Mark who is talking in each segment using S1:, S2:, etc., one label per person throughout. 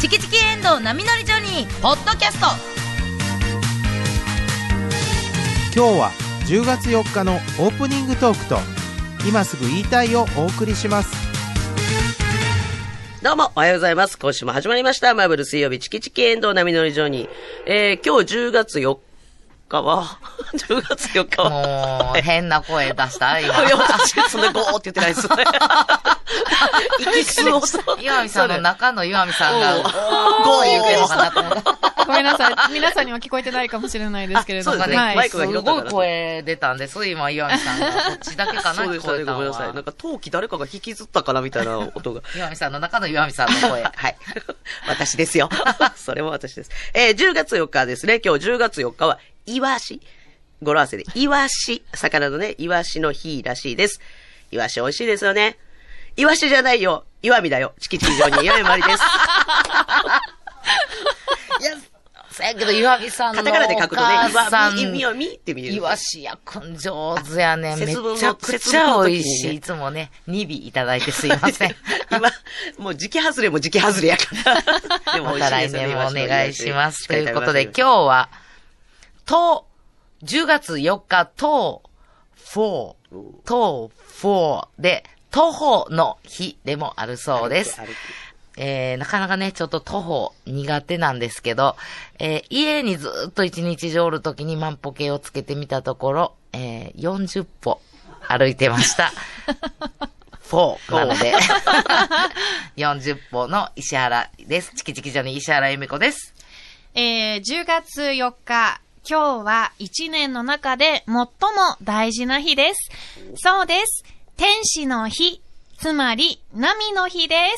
S1: チキチキエンドウ波乗りジョニー」ポッドキャスト
S2: 今日は10月4日のオープニングトークと今すぐ言いたいをお送りします
S3: どうも、おはようございます。今週も始まりました。マーブル水曜日、チキチキエンドウ波乗りジョニー。えー、今日10月4日は、10月4日は、
S4: もう、変な声出した今。
S3: いや、私、そんなゴーって言ってないですね。息吸おうと。
S4: 岩見さんの中の岩見さんが、
S3: お
S4: ゴ
S3: ー
S4: ー言うてるのかなと思った。
S5: ごめんなさい。皆さんには聞こえてないかもしれないですけれど
S3: あ
S5: も。
S3: そうですね
S5: はい。
S3: マイク
S4: す
S3: が広かった
S4: ご
S3: ない
S4: 声出たんです、今、岩見さんが。こっちだけかな、
S3: そうで
S4: 聞
S3: した
S4: こ
S3: ね。
S4: え
S3: ご
S4: た
S3: めん
S4: の
S3: なさい。なん
S4: は。
S3: か、陶器誰かが引きずったかなみたいな音が。
S4: 岩見さんの中の岩見さんの声。
S3: はい。 私ですよ。それも私です。えー10月4日ですね。今日10月4日は、イワシ。語呂合わせで、イワシ。魚のね、イワシの日らしいです。イワシ美味しいですよね。イワシじゃないよ。イワミだよ。チキチキ上に岩見ま りです。
S4: いや、そやけど岩見さんの
S3: カ
S4: お
S3: タカナで書くとね
S4: 母さ、ん
S3: イワミ、イワミって見える。
S4: イワシやくん上手やね。め
S3: 節分の
S4: ちゃくちゃ美
S3: 節分の時
S4: 味し
S3: にね
S4: い。いつもね、2尾いただいてすいません。
S3: 今、もう時期外れも時期外れや から。で
S4: また来年もお願いします。ということで、今
S3: 日。
S4: 日は、と、10月4日、と、4、と、4で、徒歩の日でもあるそうです
S3: 歩く歩く。
S4: えー、なかなかね、ちょっと徒歩苦手なんですけど、えー、家にずーっと一日上おるときに万歩計をつけてみたところ、えー、40歩歩いてま した。4なので、40歩の石原です。チキチキジョニー石原由美子です。
S5: えー、10月4日、今日は1年の中で最も大事な日です。そうです。天使の日、つまり、波の日です。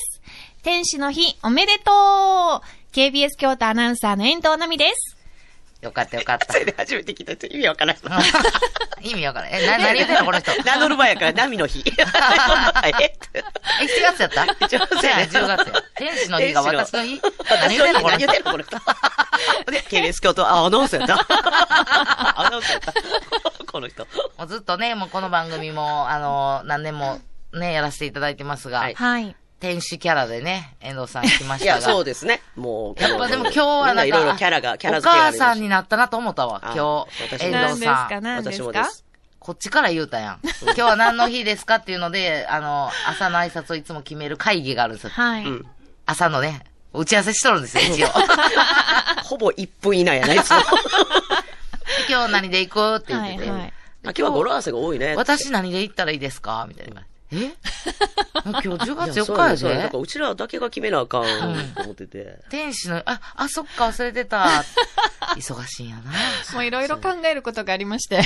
S5: 天使の日、おめでとう !KBS 京都アナウンサーの遠藤奈美です。
S4: よかったよかった
S3: そ。れで初めて聞いた人意味わからん。
S4: 意味わからん。え、な、何言ってんのこの 人。え、7
S3: 名乗る前やから、波の日。え
S4: 月や った
S3: 一応そうや ね
S4: じゃあ10月や。天使の日が私の日何
S3: 私
S4: 言
S3: の
S4: っ
S3: 日
S4: てんのこの
S3: 何
S4: 人
S3: 言っ。てんのこの人。で、KBS 京都、あ、アナウンサーや った。アナウンサーやった。この人。
S4: もうずっとね、もうこの番組も、あの、何年もね、やらせていただいてますが、
S3: はい
S5: はい。
S4: 天使キャラでね、遠藤さん来ま
S3: い
S4: したが。
S3: や、そうですね。もう、
S4: やっぱでも今日はなんか、
S3: みいろいろキャラが、キャラ
S4: お
S3: 付けがあ
S4: 母
S3: り
S4: さ
S3: ま
S4: ん
S3: し
S4: になったなと思ったわ、
S3: あ
S4: 今
S3: 私
S4: 日。
S3: も
S4: 遠
S5: 何
S4: 藤
S5: です
S4: さ
S5: か
S4: ん。
S3: た。
S5: 何で
S3: 私
S5: す
S3: も
S5: か
S3: です。
S4: こっちから言うたやん。今日は何の日ですかっていうので、あの、朝の挨拶をいつも決める会議があるんですよ。
S5: はい。
S3: うん。
S4: 朝のね、打ち合わせしとるんですよ、一応。
S3: ほぼ1分以内やないですか。
S4: 今日何で行こうって言ってて。
S5: はいはい
S3: 今日は語呂合わせが多いね。
S4: 私何で行ったらいいですかみたいな。 え今日10
S3: いや
S4: 月
S3: そ
S4: 4
S3: うなん
S4: 日や
S3: ですよだ
S4: で
S3: から。うちらだけが決めなあかんと思ってて。
S4: 天使の、あ、あ、そっか、忘れてた。忙しいんやな。
S5: もういろいろ考えることがありま して。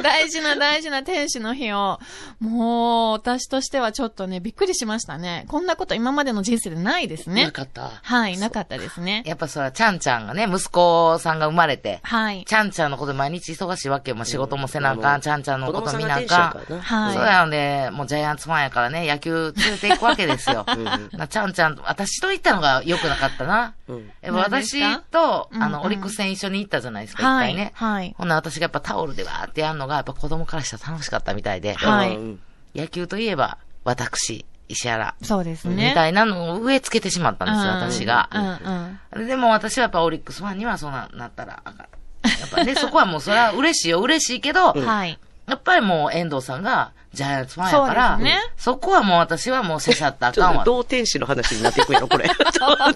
S5: 大事な大事な天使の日を、もう私としてはちょっとね、びっくりしましたね。こんなこと今までの人生でないですね
S3: な。かった。
S5: はい、なかったですね。
S4: やっぱそら、ちゃんちゃんがね、息子さんが生まれて、
S5: はい。
S4: ちゃんちゃんのこと毎日忙しいわけよ。もう仕事もせなあ
S3: うんあ
S4: か
S3: の
S4: ん、ちゃんちゃんの
S3: 子
S4: こ
S3: 供
S4: と
S3: さん
S4: 見
S3: が
S4: なあ
S3: 天使や
S4: か
S3: からな。
S4: ん。
S5: はい
S4: そうやので、もうジャイアンツファンやからね、野球連れて行くわけですよ。なちゃんちゃんと、私と行ったのが良くなかったな。
S3: うん
S4: やっぱ私
S5: 何です
S4: と、
S5: うんうん
S4: あの、オリックス戦一緒に行ったじゃないですか、一
S5: は
S4: 回
S5: い。
S4: ね。
S5: はい。
S4: ほんなら私がやっぱタオルでわーってやるのが、やっぱ子供からしたら楽しかったみたいで、
S5: はい
S3: うん
S4: 野球といえば、私、石原、
S5: そうです
S4: み
S5: ね。
S4: たいなのを植え付けてしまったんですよ、私が。
S5: うんうん。
S4: でも私はやっぱオリックスファンにはそうな、なったらあかん。やっ ぱね、そこはもうそれは嬉しいよ、嬉しいけど、や
S5: はい。
S4: っぱりもう遠藤さんがジャイアンツファンやから、
S5: そ
S4: そ,、
S5: うですね
S4: こはもう私はもうせしゃったらあ
S3: ちょ
S4: かん
S3: っと
S4: わ。
S3: 同天使の話になっていくんやろ、こ れ。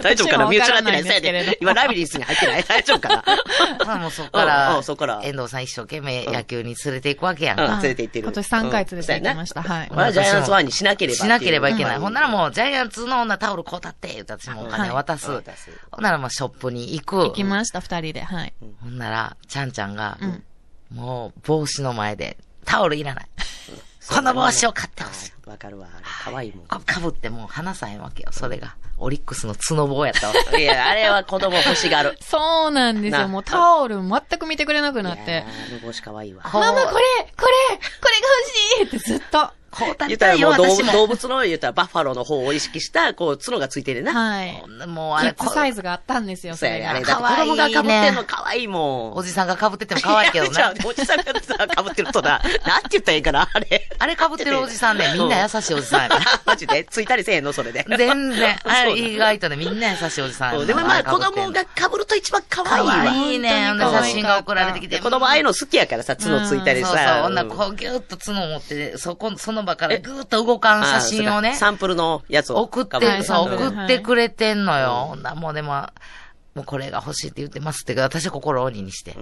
S3: 大丈夫かな身内なってない。
S5: 私もわからないんですけ
S3: そう
S5: れど
S3: やね今、ラビリンスに入ってない。大丈夫か な
S4: まあもうそこか
S3: うん
S4: ら、
S3: うんそっから。
S4: 遠藤さん一生懸命野球に連れていくわけやん。
S3: うん
S5: は
S3: 連
S5: い
S3: れて行ってる。
S5: 今年三回連れて行きました
S3: うん
S5: はい
S3: まあジャイアンツファンにしなければって
S4: し
S3: う。
S4: なければいけない。
S3: うん
S4: ほんならもう、ジャイアンツの女タオルこうたって、言うたら私もお金渡す。
S3: はい渡す
S4: ほんならもうショップに行く。
S5: 行きました、二人で。はい。
S4: ほんなら、ちゃんちゃんが、
S5: ん
S4: もう帽子の前で、タオル いらない。この帽子を買ってほしい。
S3: わかるわ。可愛いもん。
S4: こうかぶってもう離さへんわけよ。それが、オリックスの角棒 やったわ。
S3: いや、あれは子供欲しがる。
S5: そうなんです
S3: な
S5: よ。もうタオル全く見てくれなくなっ
S3: いや
S5: て。
S3: ーあの帽子可愛いわ。
S4: こう
S5: ママこれこれこれが欲しいってずっと。
S4: こう食
S3: 言
S4: べ
S3: った
S4: た
S3: ら
S4: いよ、
S3: もう動
S4: 私
S3: 物
S4: も。
S3: 動物の言ったらバッファローの方を意識した、こう、角がついてるな。
S5: はい。
S4: もうあ
S5: キ
S4: れ、
S5: ッズ
S4: こ
S5: サイズがあったんですよ、そ
S3: そうや
S5: れ
S3: ね。あ
S5: が
S3: れ、。だって子供が被ってんの可愛いもん。
S4: おじさんが被ってても可愛いけど
S3: や ちゃ
S4: な
S3: う。おじさんがさ被ってるとな、なんて言ったらいいかな、あれ。
S4: あれ被ってるおじさんね、みんな優しいおじさんや か
S3: マジでついたりせえへんの、 それで。
S4: ら。全然。あ
S3: そう
S4: れ
S3: なの
S4: 意外とね、みんな優しいおじさん
S3: う
S4: や
S3: んでもまあ、子供が
S4: が
S3: 被ると一番可愛い
S4: 可
S3: わ。
S4: 愛いね。ほんで
S3: 可愛い
S4: 写真が送られてきて。
S3: 子供ああいうの好きやからさ、角ついたり
S4: そうそう
S3: さ。。
S4: 女、こうギューッと角を持って、そこ、その場からぐーっと動かん写真を
S3: あ
S4: ね
S3: そうか、サンプルのやつを。
S4: 送っ
S5: は
S4: て、
S5: い
S4: そう、
S5: はい
S4: 送ってくれてんのよ。ほんならもうでも、もうこれが欲しいって言ってますって、私は心を鬼にして。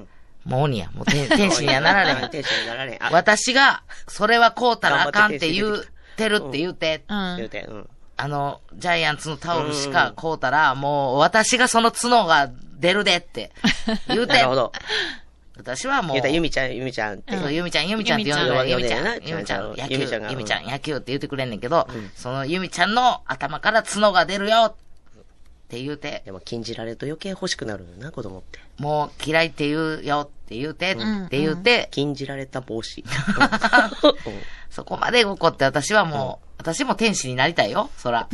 S4: もう鬼や。もう天天使にはなら れへん。
S3: 天使にはなられん。あ、
S4: 私が、それはこうたらあかんって言うてるって言うて、
S5: うん。
S3: 言うて、うん。
S4: あの、ジャイアンツのタオルしかこうたら、もう私がその角が出るでって言う
S3: な
S4: て
S3: る、ほど。
S4: 私はも
S3: 言
S4: う
S3: うた、らゆみちゃん、ゆみちゃんって。
S4: そう、ゆみちゃん、ゆみちゃんって呼んでる、ゆ
S3: ゆ
S4: み
S3: み
S4: ち
S3: ち
S4: ゃ
S3: ゃん
S4: ん、ゆみちゃん、野
S3: ゆみちゃん
S4: 球、
S3: が
S4: ゆみちゃん、野球って言ってくれんねんけど、そのゆみちゃんの頭から角が出るよって言うて、
S3: でも禁じられると余計欲しくなるよな、子供って。
S4: もう嫌いって言うよって言うて、
S5: ん
S4: って言うて、
S3: 禁じられた帽 子。うん
S4: そこまで動こうって私はもう、私も天使になりたいよ、そら。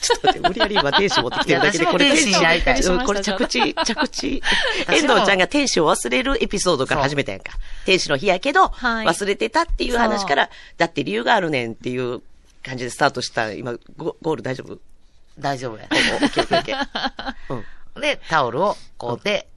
S3: ちょっと待って、無理やり今天使持ってきてるだけで、
S4: いや私も
S3: これ
S4: 天使になりたい
S3: 天使うんこれ着地、着 地。
S4: 私
S3: 遠
S4: も
S3: 藤ちゃんが天使を忘れるエピソードから始めたやんか。天使の日やけど、
S5: はい
S3: 忘れてたっていう話から、だって理由があるねんっていう感じでスタートした、今、ゴゴール大 丈夫
S4: 大丈 夫や。
S3: オッケーオッケーオッケー。うん。
S4: で、タオルをこうて、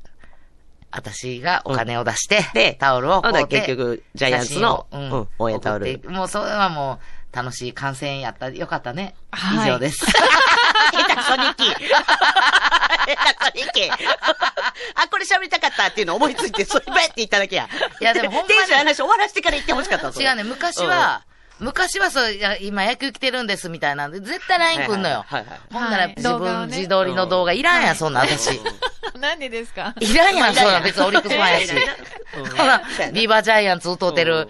S4: 私がお金を出して、
S3: で
S4: タオルをこ
S3: ほんな
S4: う
S3: ら
S4: て、
S3: 結局ジャイアンツの
S4: 写真
S3: うん応援タオル
S4: 送ってもうそれはもう、楽しい観戦やった。よかったね。
S5: はい
S4: 以上です。
S3: 下手くそ日記。下手くそ日記。あ、これ喋りたかったっていうの思いついて、そればやって言っただけや。
S4: いやでもほんまに
S3: 天使の話終わらせてから言ってほしかった。それ
S4: 違うね、昔は、昔はそう、いや今野球来てるんですみたいなんで、絶対 LINE 来んのよ。
S3: はいはいはい
S4: ほんなら
S5: はい
S4: 自
S5: 動画を
S4: 分
S5: ね
S4: 自撮りの動画いらんやん、そんな私。
S5: なんでですか
S4: いらんやん、そんな別にオリックスファンやし。
S3: うん
S4: ほら、ビバジャイアンツ歌うてる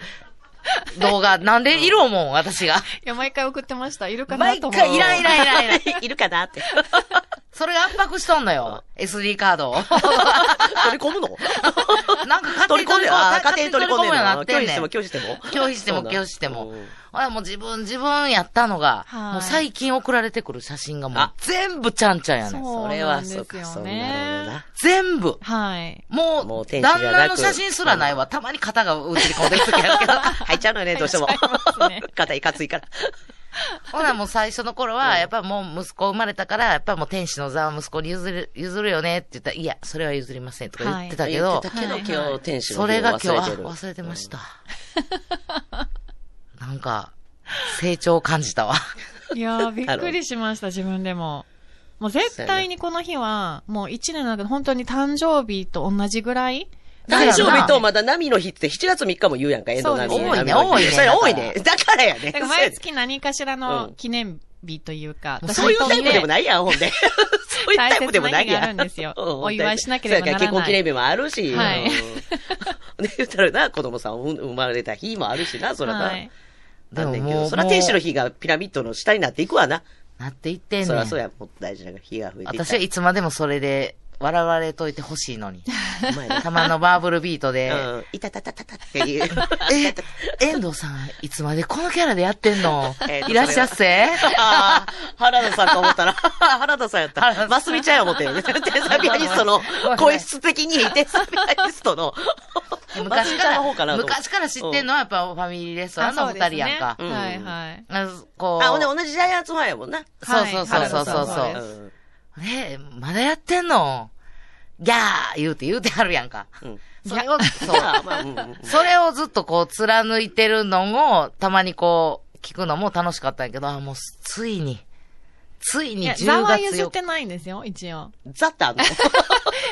S4: 動画、なんでいる思う私が。
S5: いや、毎回送ってました。いるかな
S4: 毎
S5: と思う。
S4: 回いらんいらんいらんいらん。
S3: いるかな って。
S4: それが圧迫しとんのよ。SD カ ードを。
S3: 取り込むの
S4: なんか勝手
S3: 取り込んで
S4: に取
S3: る。
S4: り込
S3: あー、
S4: む
S3: 勝手に取り込んで
S4: よう
S3: る
S4: にな
S3: の。
S4: って
S3: 拒
S4: ん
S3: 否し
S4: ね
S3: て
S4: ん
S3: も、。拒否しても。
S4: 拒否しても
S3: そうなん
S4: 拒
S3: う
S4: 否しても
S3: ん。
S4: ほら、もう自分、自分やったのが、
S5: はい
S4: もう最近送られてくる写真がもう
S3: あ
S4: 全部ちゃんちゃんやねん。
S5: そう
S3: それ
S5: なん
S3: は、
S5: で
S3: そう
S5: す
S3: か、
S5: よ
S3: そうなるほど
S5: ね。
S3: な。
S4: 全部。
S5: はい。
S4: もう、
S3: もう天
S4: 旦
S3: 使じゃなく
S4: 那の写真すらないわ。たまに肩が映り 込んでる時あるけど。
S3: 入っちゃうのよね、どうして も
S5: 入っちゃいま すね。
S3: 肩いかついから。
S4: ほら、もう最初の頃は、やっぱもう息子生まれたから、やっぱもう天使の座は息子に譲る、譲るよねって言ったら、いや、それは譲りませんとか言ってたけど、
S3: 言ってたけど、
S5: はいはい
S3: 今日、天使の
S4: それが今日、あ
S3: 日を忘れてる
S4: 忘れてました。なんか、成長を感じたわ。
S5: いやー、びっくりしました、自分でも。もう絶対にこの日は、もう一年の中で本当に誕生日と同じぐらい
S3: 誕生日と
S5: だか
S3: まだ波の日って7月3日も言うやんか、遠藤波。
S5: そうです
S4: ね
S3: 波の日それ多
S4: 多い
S3: い
S4: ね
S3: ね。だからやね。
S5: ら毎月何かしら
S3: う
S5: の
S3: ん
S5: 記念日というか、
S3: そういうタイプでも
S5: な
S3: ない
S5: い。
S3: やん、ほんで。そういうタイプでもないや
S5: 大切な日があるんですよ
S3: う
S5: お祝いしなければならない
S3: そうやから結婚記念日もあるし。
S5: は
S3: う
S5: い
S3: んで、言ったらな、子供さん生まれた日もあるしな、そらな。
S5: はい。
S3: なんだけ
S4: でもも
S3: ど、
S4: う
S3: そら天使の日がピラミッドの下になっていくわな。
S4: なっていってん
S3: そ
S4: ね
S3: ら
S4: ん
S3: そうや、もっと大事な日が増えてい
S4: 私はいつまでもそれで、笑われといてほし いのに。
S3: は、お前な
S4: たまのバーブルビートで、
S3: うん。いたたたたたっていう。
S4: え、遠藤さん、いつまでこのキャラでやってんの
S3: えーと
S4: いらっしゃっせ
S3: ああ、 原田さんと思ったら、 原田さんやっ
S4: 原田さ
S3: た。
S4: ん
S3: マスミちゃんや思った よね。天才ピアニストの、声質的に、天才ピアニストの、マス
S4: 昔
S3: ミちゃん
S4: か、
S3: の方からなと思った。
S4: 昔から知ってんのはやっぱファミリーレストランのお二人やんか
S5: あ。そうですねはいはい。
S4: あこう。
S3: あ、ほんで同じジャイアンツファンやもんな。
S4: そうそうそうそうそうそ
S5: はい原田さんは
S4: う。
S3: ん
S4: ねえ、まだやってんのギャー言うて言うてはるやんか。
S3: うん
S4: それを、そう。
S3: まあまあうんうん
S4: それをずっとこう貫いてるのを、たまにこう、聞くのも楽しかったんやけど、あ、もう、ついに、つい
S5: い
S4: に
S5: や、
S4: 10
S5: 座は
S4: 月
S5: 譲
S4: 4
S5: っ
S4: 日。
S5: てないんですよ、一応。
S3: ザってあんの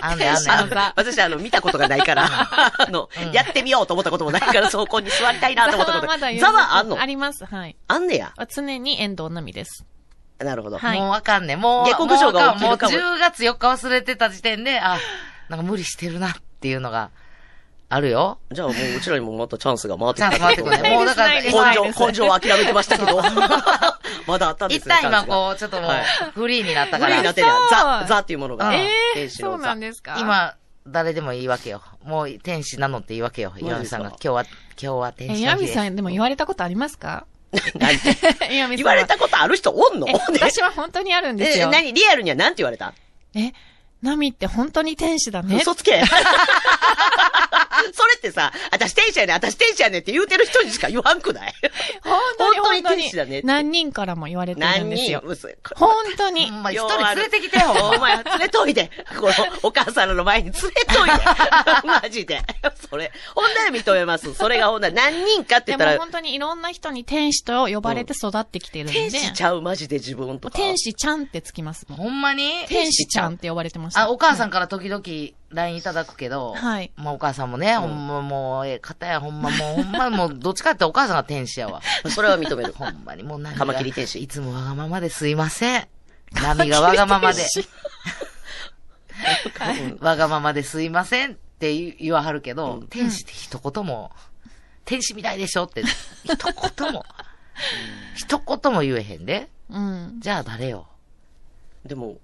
S4: あ んねんあんねん
S5: 天使
S4: あ
S5: の
S4: んねん。
S5: 座
S3: 私、あの、見たことがない から、あの、やってみようと思ったこともないから、そこに座りたいなと思ったこと
S5: 座 はまだ譲
S3: ザはあんの
S5: あります、はい。
S3: あんねや。
S5: あ常に遠藤奈美です。
S3: なるほど。
S5: はい
S4: もうわかんねえ。もう、
S3: 下克上が起きる
S4: もうわ
S3: か
S4: か
S3: も
S4: んもう10月4日忘れてた時点で、あ、なんか無理してるなっていうのが、あるよ。
S3: じゃあもう、うちらにもまたチャンスが回って
S4: チャンス回ってくる ね。もうだから、
S5: ないです
S4: 今
S5: ない
S3: 根
S5: です
S3: 性、根性を諦めてました けど。まだあったんで
S4: 一
S3: すね。
S4: 旦
S3: チ
S4: 今
S3: ャンスが
S4: こう、ちょっともう
S3: はい、
S4: フリーになった
S3: 無
S4: か
S3: 理
S4: ら
S3: に。なってるやん。
S5: そう
S3: ザ、ザっていうものが。
S4: うん
S5: ええ
S3: 天
S5: ー、
S3: 使の座
S5: そうなんですか。
S4: 今、誰でもいいわけよ。もう天使なのっていいわけよ。岩見さんが。
S3: マジ
S4: 今日は、今日は天
S5: え、
S4: 使
S5: ヤ
S4: の日
S5: ミ
S4: で
S5: さん、でも言われたことありますか
S3: なんて
S5: 岩見さ
S3: 言
S5: んは
S3: われたことある人おんの
S5: え私は本当にあるんです
S3: え
S5: よ。
S3: 何リアルには何て言われた
S5: え、ナミって本当に天使だね。
S3: 嘘つけ。 それってさ、私天使やねん、私天使やねんって言うてる人にしか言わんくない
S5: 本当に
S3: 本当に
S5: 本当に
S3: 天使だねって
S5: 何人からも言われてるん
S3: 何
S5: です
S3: 人
S5: よ。
S3: 嘘
S5: 本当に。
S4: ほんま一
S3: よう
S4: 人
S3: あ
S4: 連
S3: る
S4: れてきてよ。
S3: お前、連れといで。この、お母さんの前に連れとい で。マジで。それ、女で認めます。それが女、何人かって言
S5: で
S3: った
S5: も
S3: ら、
S5: 本当にいろんな人に天使と呼ばれて育ってきてるんで。
S3: 天使ちゃう、マジで自分とか。
S5: 天使ちゃんってつきますもん。
S4: ほんまに
S5: 天使ちゃんって呼ばれてました。
S4: あ、お母さんから時々 LINE いただくけど、
S5: はい
S4: まあお母さんもね、ほんまもう、ええ方や、ほんまもう、ほんまもう、どっちかってお母さんが天使やわ。
S3: それは認める。
S4: ほんまにもう何が
S3: カマキリ天使
S4: いつもわがままですいません。波がわがままで。わがままですいませんって言う言わはるけど、天使って一言も、天使みたいでしょって、一言も、一言も言えへんで。
S5: うん。
S4: じゃあ誰よ。
S3: でも、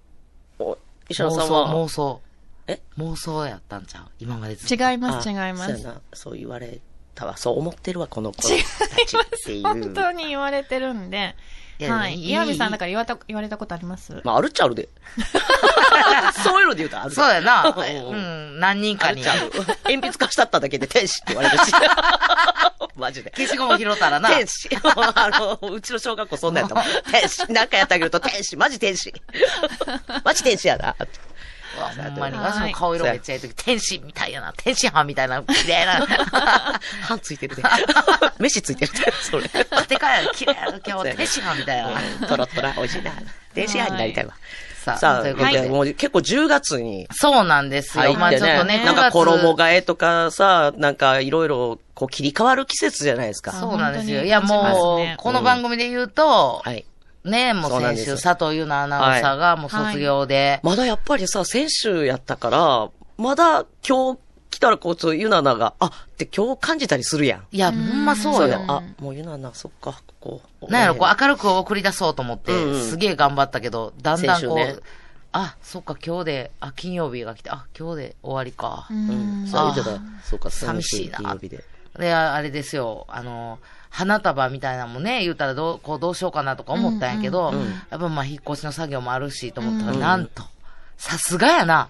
S3: お石
S4: 妄
S3: 原さん
S4: 想、
S3: は、
S4: 妄想。
S3: え
S4: 妄想やったんちゃう今までずっと。
S5: 違いま
S3: あ
S5: す、違いま
S3: そうや
S5: す。
S3: なそう言われたわ。そう思ってるわ、この子たちっていう。
S5: 本当に言われてるんで。
S4: いや
S5: はいい。
S4: い
S5: 岩見さんだから言われた、言われたことあります
S3: まあ、あるっちゃあるで。 そういうので言うとあるで。
S4: そうやな。
S3: うん
S4: うん、何人
S3: あ
S4: か
S3: る
S4: に
S3: っち。ゃう。鉛筆貸したっただけで天使って言われる し。マジで。
S4: 消しゴム拾ったらな。
S3: 天使。 あの、うちの小学校そんなんやった もん。天使。なんかやってあげると天使。マジ天使。マジ天使や な。
S4: うわほんまに。
S5: はい
S4: 私も顔色めっちゃいい時、天使みたいやな。天使派みたいな。綺麗な。
S3: 半ついてるで。 飯ついてるで。それ。
S4: でかいや、綺麗やな。今日天使派み たいな。
S3: うんとろとろ、美味しいな。天使派になりたいわ。
S4: さあ、
S3: さあ、
S4: と
S3: とい
S4: い
S3: うう
S4: こ
S3: ことと
S4: で。
S3: で、もう結構10月に
S4: そうなんですよ。
S3: 入
S4: まあ
S3: っ
S4: ちょ
S3: て
S4: っとね、
S3: ね、なんか
S4: 9月
S3: 衣替えとかさ、なんかいろいろこう切り替わる季節じゃないですか。
S4: そうなんですよ。
S5: 本当に
S4: いや、も
S5: 感
S4: う
S5: じますね、
S4: この番組で言うと、
S3: はい。
S4: ね、もう
S3: そうな
S4: 先
S3: んです
S4: 週、
S3: よ
S4: 佐藤優奈アナウンサーがもう卒業で、
S3: まだやっぱりさ、先週やったから、まだ今日来たらこうつ、ゆななが、あ、って今日感じたりするやん。
S4: いや、ほんまそう
S3: で
S4: よ。
S3: あ、もうゆなな、そっか、ここ。
S4: なんやろ、こ
S3: あ
S4: う明るく送り出そうと思って、
S3: うんうん
S4: すげえ頑張ったけど、だんだんこう、
S3: 先週ね
S4: あ、そっか、今日で、あ、金曜日が来て、あ、今日で終わりか。
S3: うん、
S5: ん
S3: そう言ってた。そうか、
S4: 寂しいな
S3: 金曜日で。
S4: で、ああれですよ、あの、花束みたいなのもね、言うたらどう、こう、どうしようかなとか思ったんやけど、やっぱまあ、引っ越しの作業もあるし、と思ったら、なんと、さすがやな、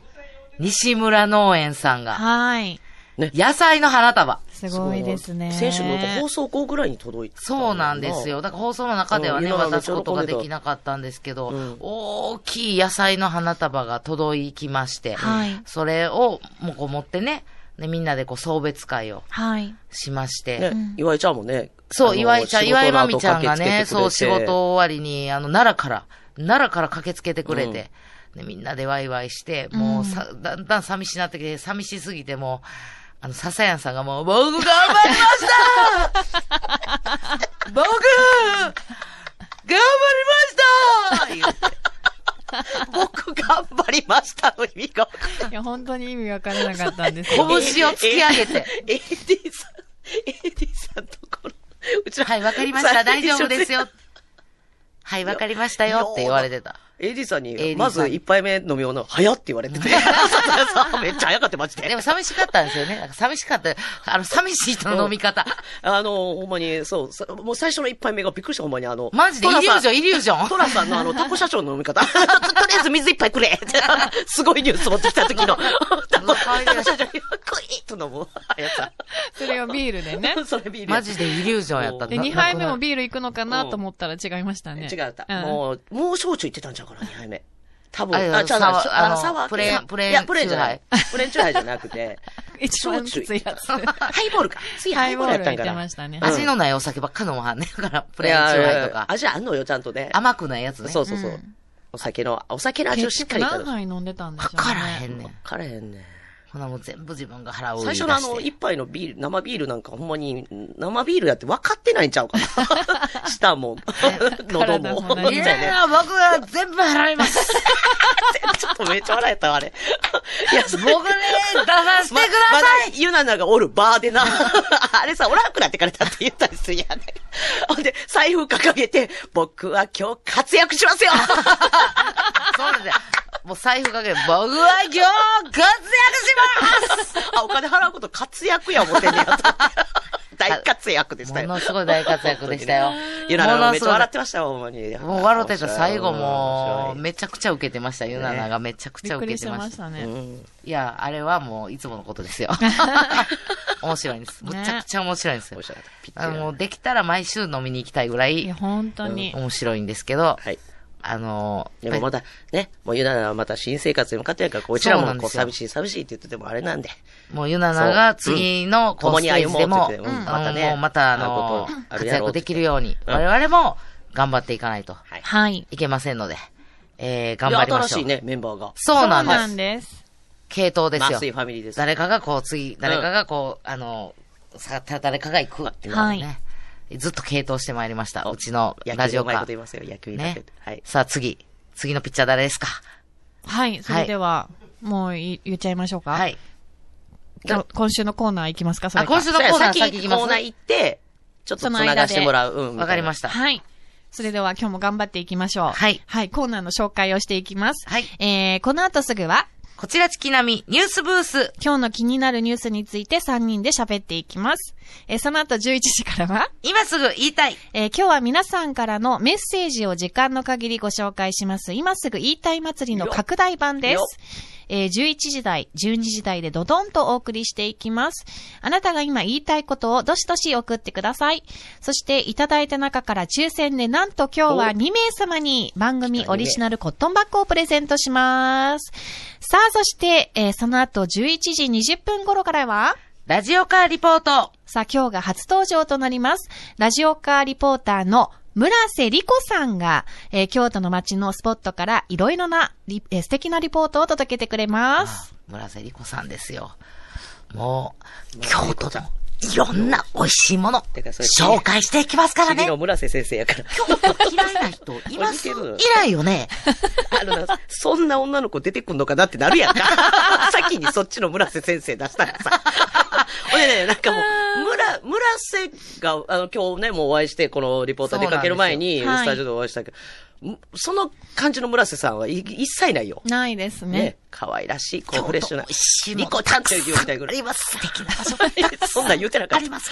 S4: 西村農園さんが、
S5: はい。
S4: 野菜の花束。
S5: すごいですね。
S3: 先週のなんか放送後ぐらいに届いてた
S4: そうなんですよ。。だから放送の中ではね、
S3: うん今の
S4: 渡すことが
S3: めっち
S4: で
S3: ゃ喜んでた
S4: きなかったんですけど、
S3: うん
S4: 大きい野菜の花束が届きまして、
S5: はい
S4: それをもうこう持ってね、でみんなでこう送別会を
S5: はい。
S4: しまして、
S3: ね、岩井ちゃんもね。
S4: そ
S3: あ
S4: う、
S3: の
S4: 岩井ちゃん、
S3: 仕事の
S4: 岩
S3: 後
S4: 井まみちゃんがね、
S3: 駆けつけてくれて
S4: そう、仕事終わりに、あの、奈良から、奈良から駆けつけてくれて、でみんなでワイワイして、もうさ、だんだん寂しなってきて、寂しすぎてもう、あの、笹谷さんがもう、僕頑張り ました僕頑張りま した言って
S3: 僕頑張りましたの意味がわかんない
S5: いや、本当に意味わからなかったんです
S4: こ
S5: よ。
S4: ぼしを突き上げて。
S3: え AD さん、AD さんところ、うちら
S4: はい、わかりました。大丈夫です。よ。はい、わかりましたよって言われてた。
S3: AD さん
S4: AD さ
S3: に、
S4: ん
S3: まず一杯目飲みようの、早って言われて て。めっちゃ早かった、マジ
S4: で
S3: で
S4: も。寂しかったんですよね。なんか寂しかった。あの、寂しい人の飲み 方。
S3: あの、ほんまに、そうさ、もう最初の一杯目がびっくりした、ほんまに、あの、
S4: マジでイリュージョン、イリュージョン。
S3: トラさんの あの、タコ社長の飲み方。と りあえず水一杯くれってすごいニュース持ってきた時 の、タコ、
S4: 可愛い
S3: タコ社長に、クイッと飲むや
S5: それをビールで ね。
S3: つ。それビール。
S4: マジでイリュージョンやった。
S5: で、
S4: な
S5: 2杯目
S4: な
S5: も
S4: く
S5: ビール行くのかなと思ったら違いましたね。
S3: 違った。
S5: ん
S3: もう、もう焼酎いってたんちゃうから、2杯目。多分、
S4: あいや
S3: あ、ちゃう
S4: サワー
S3: な、
S4: あの
S3: サワー
S4: プレーン
S3: さ
S4: プレーン
S3: いや、プレーンじゃない。プレーンチューハイじゃなく て、
S5: 一番きつい やつ。
S3: ハイボールか。次
S5: ハ
S3: ハ
S5: イ
S3: イ
S5: ボ
S3: ボ
S5: ー
S3: ー
S5: ル
S3: ルやった
S5: やっ
S3: た
S5: ん
S3: んか
S5: かな言って
S3: な
S5: ま。したね。
S4: な味のないお酒ばっか飲まはんねんから、プ
S3: プ
S4: レーンチューハイとか。
S3: 味あんのよ、ちゃんとね。
S4: 甘くないやつね。
S3: そうそうそう。お酒の、お酒の味をし
S5: 結
S3: っか
S5: 局
S3: りか
S5: 何
S3: ら。
S5: 杯飲んでたんで
S4: わ
S5: しょうね。
S4: からへんねん。
S3: かれへんね。
S4: ほなもう全部自分が払う。
S3: 最初のあの、一杯のビール、生ビールなんかほんまに、生ビールやって分かってないんちゃうか な。舌も、喉
S5: 体
S3: も
S5: も。何も
S4: い
S5: い
S4: や
S5: や
S4: 僕は全部払い ます。
S3: ちょっとめっちゃ笑えたわ、あ れ。いや、そ
S4: 僕ね、出させてくだ
S3: ま
S4: さい。
S3: だユナナがおるバーでな。 あれさ、おらんくなってからだって言ったりするやん、ね。ほんで、財布掲げて、僕は今日活躍しますよ
S4: そうなんですよ。もう財布かけて、僕は今日活躍します
S3: あ、お金払うこと活躍や思ってんねやと。大活躍でしたよ。
S4: ものすごい大活躍でしたよ
S3: 本当にね。 ゆなな
S4: も
S3: が
S4: の
S3: めっ
S4: す
S3: ち
S4: ごい
S3: ゃ笑ってましたよ、ほんまに。
S4: もう笑ってた最後も
S3: 面白
S4: う、
S3: い
S4: めちゃくちゃ受けてました。ゆなながめちゃく
S5: び
S4: ちゃ
S5: っく
S4: 受け
S5: りしてて
S4: ま
S5: ま
S4: し。
S5: したたね。
S4: いや、あれはもういつものこと ですよ。面白いんです。む
S5: ね
S4: ちゃくちゃ面白いんですよ
S3: 面。白かった。ピッ
S4: あ
S3: チ
S4: の、できたら毎週飲みに行きたいぐら
S5: いや、
S4: い
S5: 本当に。
S4: 面白いんですけど、
S3: はい。
S4: あの、
S3: でもまだね、もうゆななはまた新生活に向かってやから、こちら
S4: そう
S3: も
S4: なんで
S3: こう
S4: すよ
S3: 寂しい寂しいって言っててもあれなんで。
S4: もうユナナが
S3: そう
S4: 次のこ
S3: 共
S4: う
S3: に
S4: ステー
S3: 歩
S4: ジ
S3: もうって
S4: でも、
S3: 言って
S5: うん
S4: あの
S3: またね
S4: もうまたあ
S3: あ
S4: の
S3: こと、ある
S4: 活
S3: やろう
S4: 躍
S3: って
S4: できるように、
S3: うん
S4: 我々も頑張っていかないと
S3: はい。
S5: はい。
S4: いけませんので、えー、頑張りましょう。
S3: いや新しいね、メンバーが。
S4: そうなん
S5: そう
S4: で
S5: なん
S4: す。
S5: です。
S4: 系統です
S3: 麻
S4: よ。
S3: 酔ファミリーです。
S4: 誰かがこう、次、誰かがこう、あの、さ、た誰かが行くっていうのはね、ずっと系統してまいりました。うちの
S3: 野
S4: ラ
S3: 球
S4: ジ
S3: の
S4: オ
S3: うまいこと。
S4: か
S3: 言いますよ、野球に負け
S4: ね
S3: て。はい。
S4: さあ次。次のピッチャー誰ですか
S5: はい。それでは、もうい言っちゃいましょうか。
S4: はい。
S5: 今日。今週のコーナーいきますか、それ
S4: あ、
S5: か
S4: 今週のコーナー
S3: 先
S4: 先
S3: 行
S4: 行
S3: き
S4: き
S3: ま。
S4: ますす
S3: コーナー行って、ちょっと繋がしてもらう。うん。
S4: わかりました。
S5: はい。それでは今日も頑張っていきましょう。
S4: はい
S5: はい、コーナーの紹介をしていきます。
S4: はい
S5: えー、この後すぐは、
S4: こちらチキナミニュースブース。
S5: 今日の気になるニュースについて3人で喋っていきます。えー、その後11時からは、
S4: 今すぐ言いたい。
S5: えー今日は皆さんからのメッセージを時間の限りご紹介します。今すぐ言いたい祭りの拡大版で
S3: よ
S5: す。えー11時台、12時台でドドンとお送りしていきます。あなたが今言いたいことをどしどし送ってください。そしていただいた中から抽選でなんと今日は2名様に番組オリジナルコットンバッグをプレゼントします。さあ、そして、えーその後11時20分頃からは、
S4: ラジオカーリポート。
S5: さあ、今日が初登場となります。ラジオカーリポーターの村瀬理子さんが、えー京都の街のスポットからいろいろなリ、えー素敵なリポートを届けてくれます。
S4: 村瀬里子さんですよ。もう、京都でもいろんな美味しいもの、
S3: てかそれ
S4: 紹介していきますから
S3: 次
S4: ね。
S3: の村瀬先生やから。
S4: 京都嫌いな人、います以
S3: これ似てる
S4: 来よね。
S3: あのな、そんな女の子出てくんのかなってなる やんか。先にそっちの村瀬先生出したらさ。ほんでね、なんかもう、村、村瀬が、あの、今日ね、もうお会いして、このリポーター出かける前に、
S5: そうなんですよ
S3: スタジオでお会いしたけど、んその感じの村瀬さんはい一切ないよ。
S5: ないですね。
S3: ね。可愛らしい、こう、フレッシュな。
S4: 美味しいも
S3: リ
S4: の、
S3: コちゃんって言うみたいぐらい。
S4: 今素敵な場所。
S3: そんなん言うてなかった。
S4: あります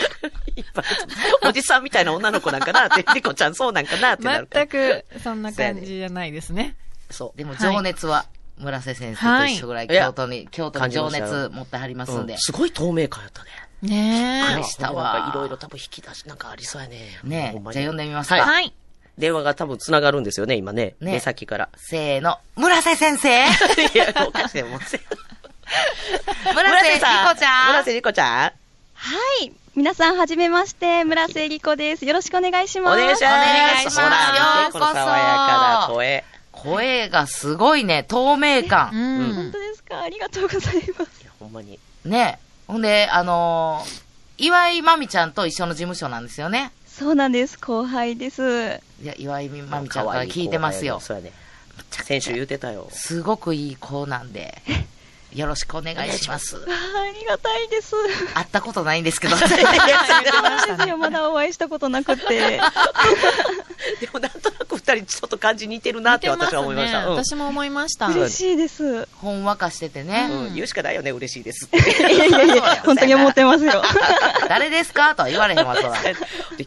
S3: いっぱい おじさんみたいな女の子なんかなって、リコちゃんそうなんかなってなるから
S5: 全。く、そんな感じじゃないですね。
S3: そう。
S4: でも情熱は、村瀬先生と一緒ぐらい、
S3: はい
S4: 京都に、京都に情熱持ってはりますんで。
S3: すごい透明感やったね。
S5: ね
S4: びっく
S5: え
S4: り。したわ
S3: なんかいろいろ多分引き出し、なんかありそうやね。
S4: ね
S3: ほんまに
S4: じゃあ呼んでみますか
S3: はい
S5: はい。
S3: 電話が多分繋がるんですよね、今ね。
S4: ね
S3: ね。先から。
S4: せーの。村瀬先生
S3: いや、おかしいもん。村瀬
S4: 村瀬里子ちゃん
S3: 村瀬りこちゃん。
S6: はい。皆さん、はじめまして。村瀬理子です。よろしくお願いし
S3: お
S6: ます。
S3: 願いします。
S4: 願いします
S3: ほら、見てこの爽やかな声。
S4: 声がすごいね、透明
S5: う
S4: 感。
S5: ん。
S6: 本当ですかありがとうございま
S3: い
S6: す。
S3: やほんまに。
S4: ね。ほんで、あのー岩井まみちゃんと一緒の事務所なんですよね。
S6: そうなんです。後輩です。
S4: いや、岩井まみちゃんから聞いてますよ。
S3: そうやね。先週言うてたよ。
S4: すごくいい子なんで、よろしくお願いし ます。
S6: わあ、ありがたいです。
S4: 会ったことないんですけど。
S6: そうなんですよ。まだお会いしたことなくて。
S3: でもなんとなく二人ちょっと感じ似てるなって私は思いました。
S5: 似て
S3: うん
S5: すね私も思いました。
S6: 嬉しいです。
S4: ほんわかしててね。
S3: うん言うしかないよね、嬉しいですって。
S6: いやい やいや、 本当に思ってますよ。
S4: 誰ですかとは言われへんわ、そら。
S3: で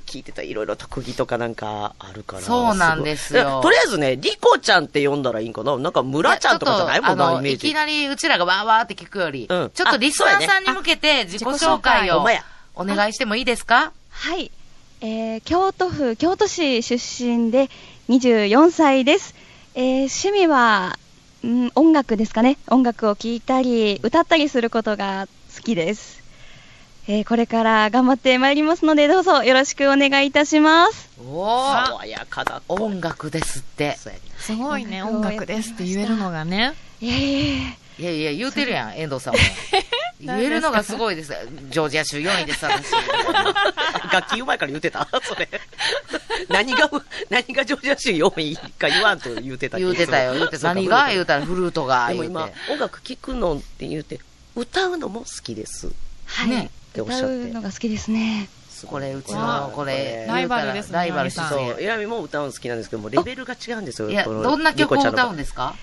S3: 聞いてたいろいろ特技とかなんかあるから。
S4: そうなんですよ
S3: ごいとりあえずね、リコちゃんって呼んだらいいんかななんか村ちゃんとかじゃないもん
S4: やちょっと
S3: な、
S4: あ
S3: イ
S4: の
S3: メー
S4: いき
S3: ジ。
S4: なりうちらがわーわーって聞くより、
S3: うん
S4: ちょっとリスナーさんに向けて自己紹介
S3: あそうやねあほん
S4: を
S3: まや
S4: お願いしてもいいですか
S6: はい。えー京都府京都市出身で24歳です。えー趣味は、うん、音楽ですかね。音楽を聴いたり、歌ったりすることが好きです。えーこれから頑張ってまいりますので、どうぞよろしくお願いいたします。
S4: おー
S3: 爽やかだ声。
S4: 音楽ですって。
S3: そうやね
S5: すごいね、音
S6: 音楽を
S5: 楽ですって言えるのがね。
S6: いえいえいえ
S4: いやいや、言うてるや ん、遠藤さんも。言えるのがすごいです。ジョージア州4位で す、私。
S3: 楽器うまいから言うてたそれ。何が、何がジョージア州4位か言わんと言うてた気が
S4: 言う
S3: す
S4: て
S3: る
S4: たよ、言うてた。
S3: そうか
S4: 何が
S3: そう
S4: 言うたらフルートが、
S3: かで
S4: 言
S3: も
S4: う
S3: 今
S4: て。、
S3: 音楽聴くのって言うて、歌うのも好きです。
S6: はい、
S4: ね
S3: っておっしゃって
S6: 歌うのが好きですね。
S3: すご
S4: こ
S3: い
S4: れ、うち
S5: わあ
S4: の、これ、
S5: ライバルですね
S4: ライバル出
S5: ライ
S3: そう、
S4: 演。
S3: イラミも歌うの好きなんですけども、レベルが違うんですよ。
S4: いや、
S3: この
S4: どんな曲を
S3: リコちゃの
S4: 歌うんですか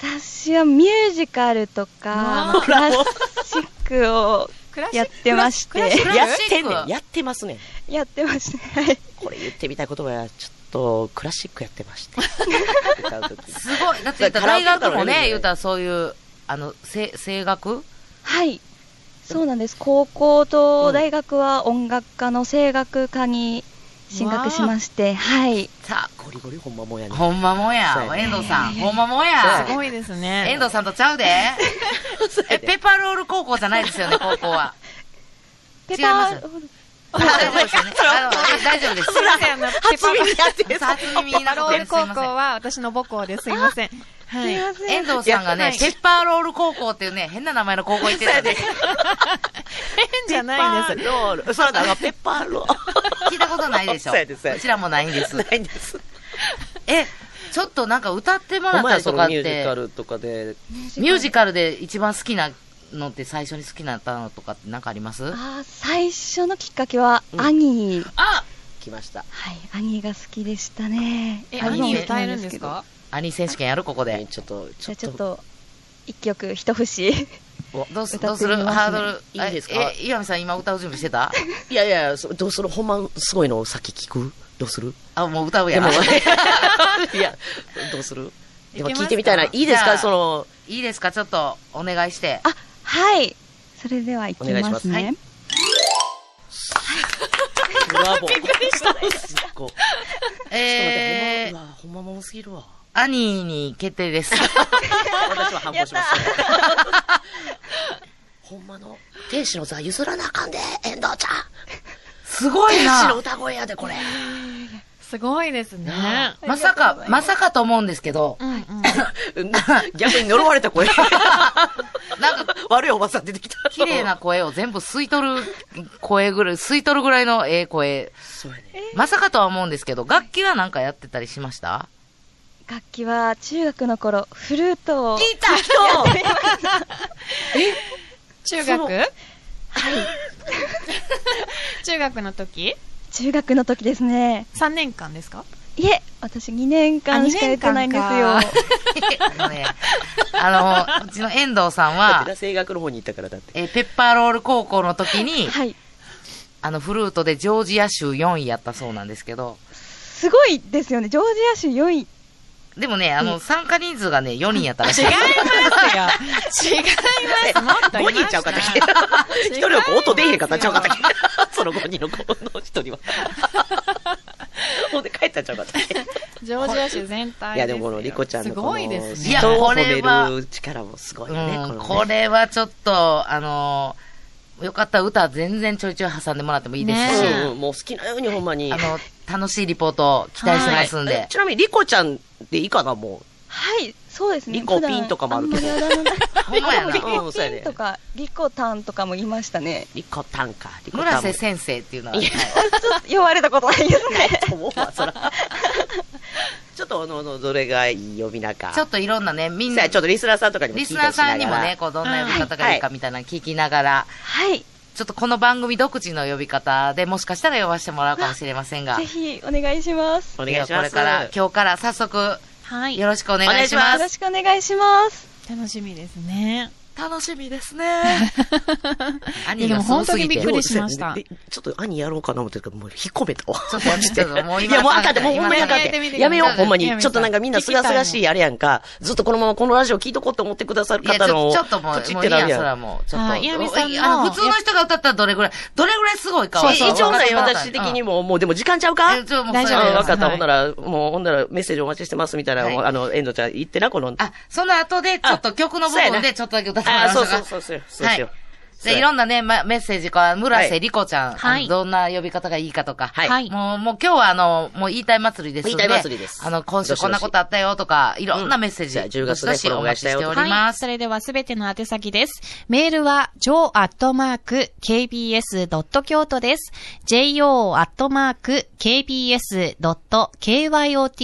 S6: 私はミュージカルとか、まあクラシックを
S5: クラシッ
S6: や
S5: ク
S6: ってまして
S5: クラシック
S3: や
S5: クラシッ
S3: ってんねん。やってますねん。
S6: やってまして、はい。
S3: これ言ってみたい言葉は、ちょっと、クラシックやってま して。歌う時
S4: すごい。だって言ったら大
S3: カラオケとか
S4: 学
S3: のレベルじゃな
S4: もね、
S3: い
S4: 言ったらそういう、あの、声、声楽
S6: はい。そうなんです。高校と大学は音楽科の声楽科に進学しまして、はい。
S4: さ
S3: ゴリゴリほんまもんや
S4: あ、
S3: ね。
S4: ほんまもんや
S3: そう。やね
S4: 遠藤さん、ほんまもん
S3: そう
S4: や
S3: や。
S5: すごいですね。
S4: 遠藤さんと ちゃうで。え、ペパロール高校じゃないですよね、高 校は。違います
S6: ペパー
S4: 大丈夫ですよね。あのえ大丈夫です。
S5: すいません、あの、ペ
S3: 初
S5: パ
S3: 耳やって
S4: さあ初耳にな
S5: パ
S4: る
S5: ロ
S4: こと
S5: ー
S4: で
S5: ル
S4: す。すい
S5: 高
S4: ま
S5: 校
S4: せん。
S5: は私の母校ですいません。はい。
S6: すいません
S4: 遠藤さんが
S5: いや
S4: ね
S5: は、い
S4: ペッパーロール高校っていうね、変な名前の高校行ってたんで、
S5: 変じゃないん
S3: ペ
S5: で
S3: ッパーロール。そうだ、あのペッパーロー
S4: 聞いたことないでし ょ。
S3: そうやですそうや
S4: う
S3: です
S4: ちらもないんです
S3: ル。。ないんです。
S4: え、ちょっとなんか歌っても
S3: お
S4: らった
S3: 前
S4: り
S3: そ
S4: とか
S3: の
S4: っ
S3: ミュージカ
S4: て、
S3: ルとかで、
S4: ミュージカルで一番好きなのって最初に好きになったのとかってなんかあります
S6: あー最初のきっかけは
S3: うん
S6: 兄に、は
S4: あ
S3: 来ました。
S6: い、兄が好きでしたね。
S5: すよ。え、
S6: あ今
S5: 兄
S6: も
S5: 歌えるんですか
S4: 兄選手権やるここ
S3: ね
S4: で。
S3: ちょっと、
S6: じ
S3: ちょ
S6: ゃあ
S3: っ
S6: ちょっ
S3: と、
S6: と、一曲、一節。
S4: どうす
S6: 歌って
S4: どう
S6: みますね
S4: するハードル。
S3: いいですか
S4: え、え岩見さん今歌う準備してた
S3: いやいや、そどうするほんますごいのをさっき聞くどうする
S4: あ、もう歌う
S3: で
S4: や
S3: も、
S4: ろ。
S3: いや、どうするでも聞いてみたいな。いいですか
S4: じゃあ
S3: その、
S4: いいですかちょっとお願いして。
S6: あ、はい。それでは行き
S3: お願いし
S6: ま
S3: ますす
S6: ね。
S3: はいブラボー。びっく りした。え
S4: え
S3: ー、う
S4: ー、
S3: わ、ほんまもんすぎるわ。
S4: 兄に決定です。
S3: 私は反抗します。 ほんまの、天使の座譲らなあかんで、遠藤ちゃん。
S4: すごい
S3: 天使の
S4: な。
S3: 歌声やで、これ。
S5: すごいですね。
S4: まさか、まさかと思うんですけど
S5: う、んうん。
S3: 逆に呪われた声。
S4: なんか
S3: 悪いおばさん出てきた。
S4: 綺麗な。声を全部吸い取る声ぐらい、吸い取るぐらいのええ声。
S3: そうやね。
S4: まさかとは思うんですけど、楽器はなんかやってたりしました
S6: 楽器は中学の頃、フルートを、
S5: 中
S3: そ
S5: 学
S3: の
S5: はい。中学の時
S6: 中学の時ですね。
S5: ?3 年間ですか
S6: いえ、私2年間しかやってないんです
S5: あ
S6: よ
S5: 二年。
S4: あのね、あの、うちの遠藤さん
S3: だっ
S4: は
S3: てな、声楽の方に行ったからだって。
S4: えーペッパーロール高校の時に、
S6: はい。
S4: あの、フルートでジョージア州4位やったそうなんですけど、
S6: すごいですよね。ジョージア州4位。
S4: でもね、あの、参加人数がね、4人やった らしい。
S5: ますよ。違います。もっとい
S3: 5
S5: ました
S3: 人ちゃうかったっけ 一人の子音出えへんかったんちゃうかったっけその5人の子の一人は。ほんで帰ったんちゃうかったっけ
S5: ジョージア州全体
S3: いやでもこのリコちゃんの
S5: す
S3: この
S5: ごいです
S4: いや
S5: ね。
S3: 人を
S4: こ
S3: 褒
S4: れ
S3: め
S4: は
S3: る力もすごいよね。
S4: うん、
S3: のね
S4: これはちょっと、あのーよかったら歌全然ちょいちょい挟んでもらってもいいですし、
S5: ね
S3: うんうん、もう好きなようにほんまに。
S4: あの、楽しいリポートを期待してますん
S3: はい
S4: で
S3: え。ちなみにリコちゃんでいいかなも
S6: はい、そうですね。
S3: リコ
S6: 普段
S3: ピンとかもあるけど
S6: んま
S4: ほん
S6: りあだ名な
S4: まやな
S6: リコ
S3: うんそうや
S6: ピ
S3: で
S6: ンとか、リコタンとかも言いましたね。
S3: う。リコタンか。リコタ
S4: 村
S3: ンも。
S4: 瀬先生っていうのは、
S3: いや
S4: はい
S6: 言われたことないですね。
S3: と思うわ、そら。ちょっと、あの、あのどれがいい呼び名か。
S4: ちょ
S3: と
S4: っといろんなね、みんな
S3: さあ、ちょ、っとリスナーさんとかにも聞
S4: リ
S3: いたり
S4: ス
S3: しながら
S4: ナーさんにもね、こう、どんな呼び方がいいかみたいなの聞きながら、
S6: はい。
S4: ちょっとこの番組独自の呼び方でもしかしたら呼ばせてもらうかもしれませんが
S6: ぜ、ひお願いします。
S3: お願い
S4: で
S3: しま
S4: は
S3: す。
S4: これから、今日から早速、
S5: はい。
S4: よろしくお願いしま
S6: よ
S4: す。
S6: ろしくお願いします。
S5: 楽しみですね。
S4: 楽しみですね。兄がすごすぎて
S5: いやでも本当にびっくりしました
S3: ででちょっと兄やろうかな思ってるけど、もう引っ込めたわ。
S4: ちょっとちょっともう今
S3: いや、もうあかんで、もうほんまやあかん
S5: やめてみ
S3: で。
S5: て
S3: やめよう、ほんま
S5: やめ
S3: に。
S5: て
S3: ちょっとなんかみんなすがすがしいあれやんか。ずっとこのままこのラジオ聞いとこうと思ってくださる
S4: いや、
S3: 方
S4: ちょ
S3: の。
S4: ちょっともう、
S3: ち
S4: も
S3: っ
S4: うい
S3: て
S4: い
S3: な
S4: や、
S3: んるや
S4: それは
S3: ん。
S4: もう、ちょっ
S5: あ
S4: と。
S5: いやみさん
S4: おい
S5: の
S4: あの、普通の人が歌ったらどれぐらい、どれぐらいすごいかは。
S3: え一応
S4: わかっ
S3: ね、
S4: てもらった
S3: 私的にも、もうでも時間ちゃうか
S4: えちょもう
S5: 大
S4: そ
S5: 丈
S4: れ
S5: 夫
S4: は
S5: です
S3: 分かった。
S5: は
S3: ほ
S5: い
S3: んなら、もう、ほんなら、メッセージお待ちしてますみたいな、
S4: はい
S3: もうあの、遠藤ちゃん言ってな、この。
S4: あ、その後で、ちょっと曲の部
S3: そうや
S4: 分
S3: な
S4: でちょっとだけ歌ってもら
S3: あ、
S4: いまし
S3: そ
S4: ょ
S3: う
S4: うか
S3: そうそう、そうそうしよう。
S4: はい。で、いろんなね、ま、メッセージから、村
S3: は
S4: 瀬
S3: い
S4: りこちゃん、
S5: はい
S4: あのどんな呼び方がいいかとか、
S3: はい
S5: はい
S4: もう、もう今日はあの、もう言いたい祭りですん
S3: 言
S4: で、
S3: いたい祭りです
S4: あの、今週こんなことあったよとか、いろんなメッセージ、
S3: うんじゃあ10月ね
S4: どしどしお待ちしております。
S5: それではすべての宛先です。メールは、jo.kbs.kyoto です。jo.kbs.kyoto。フ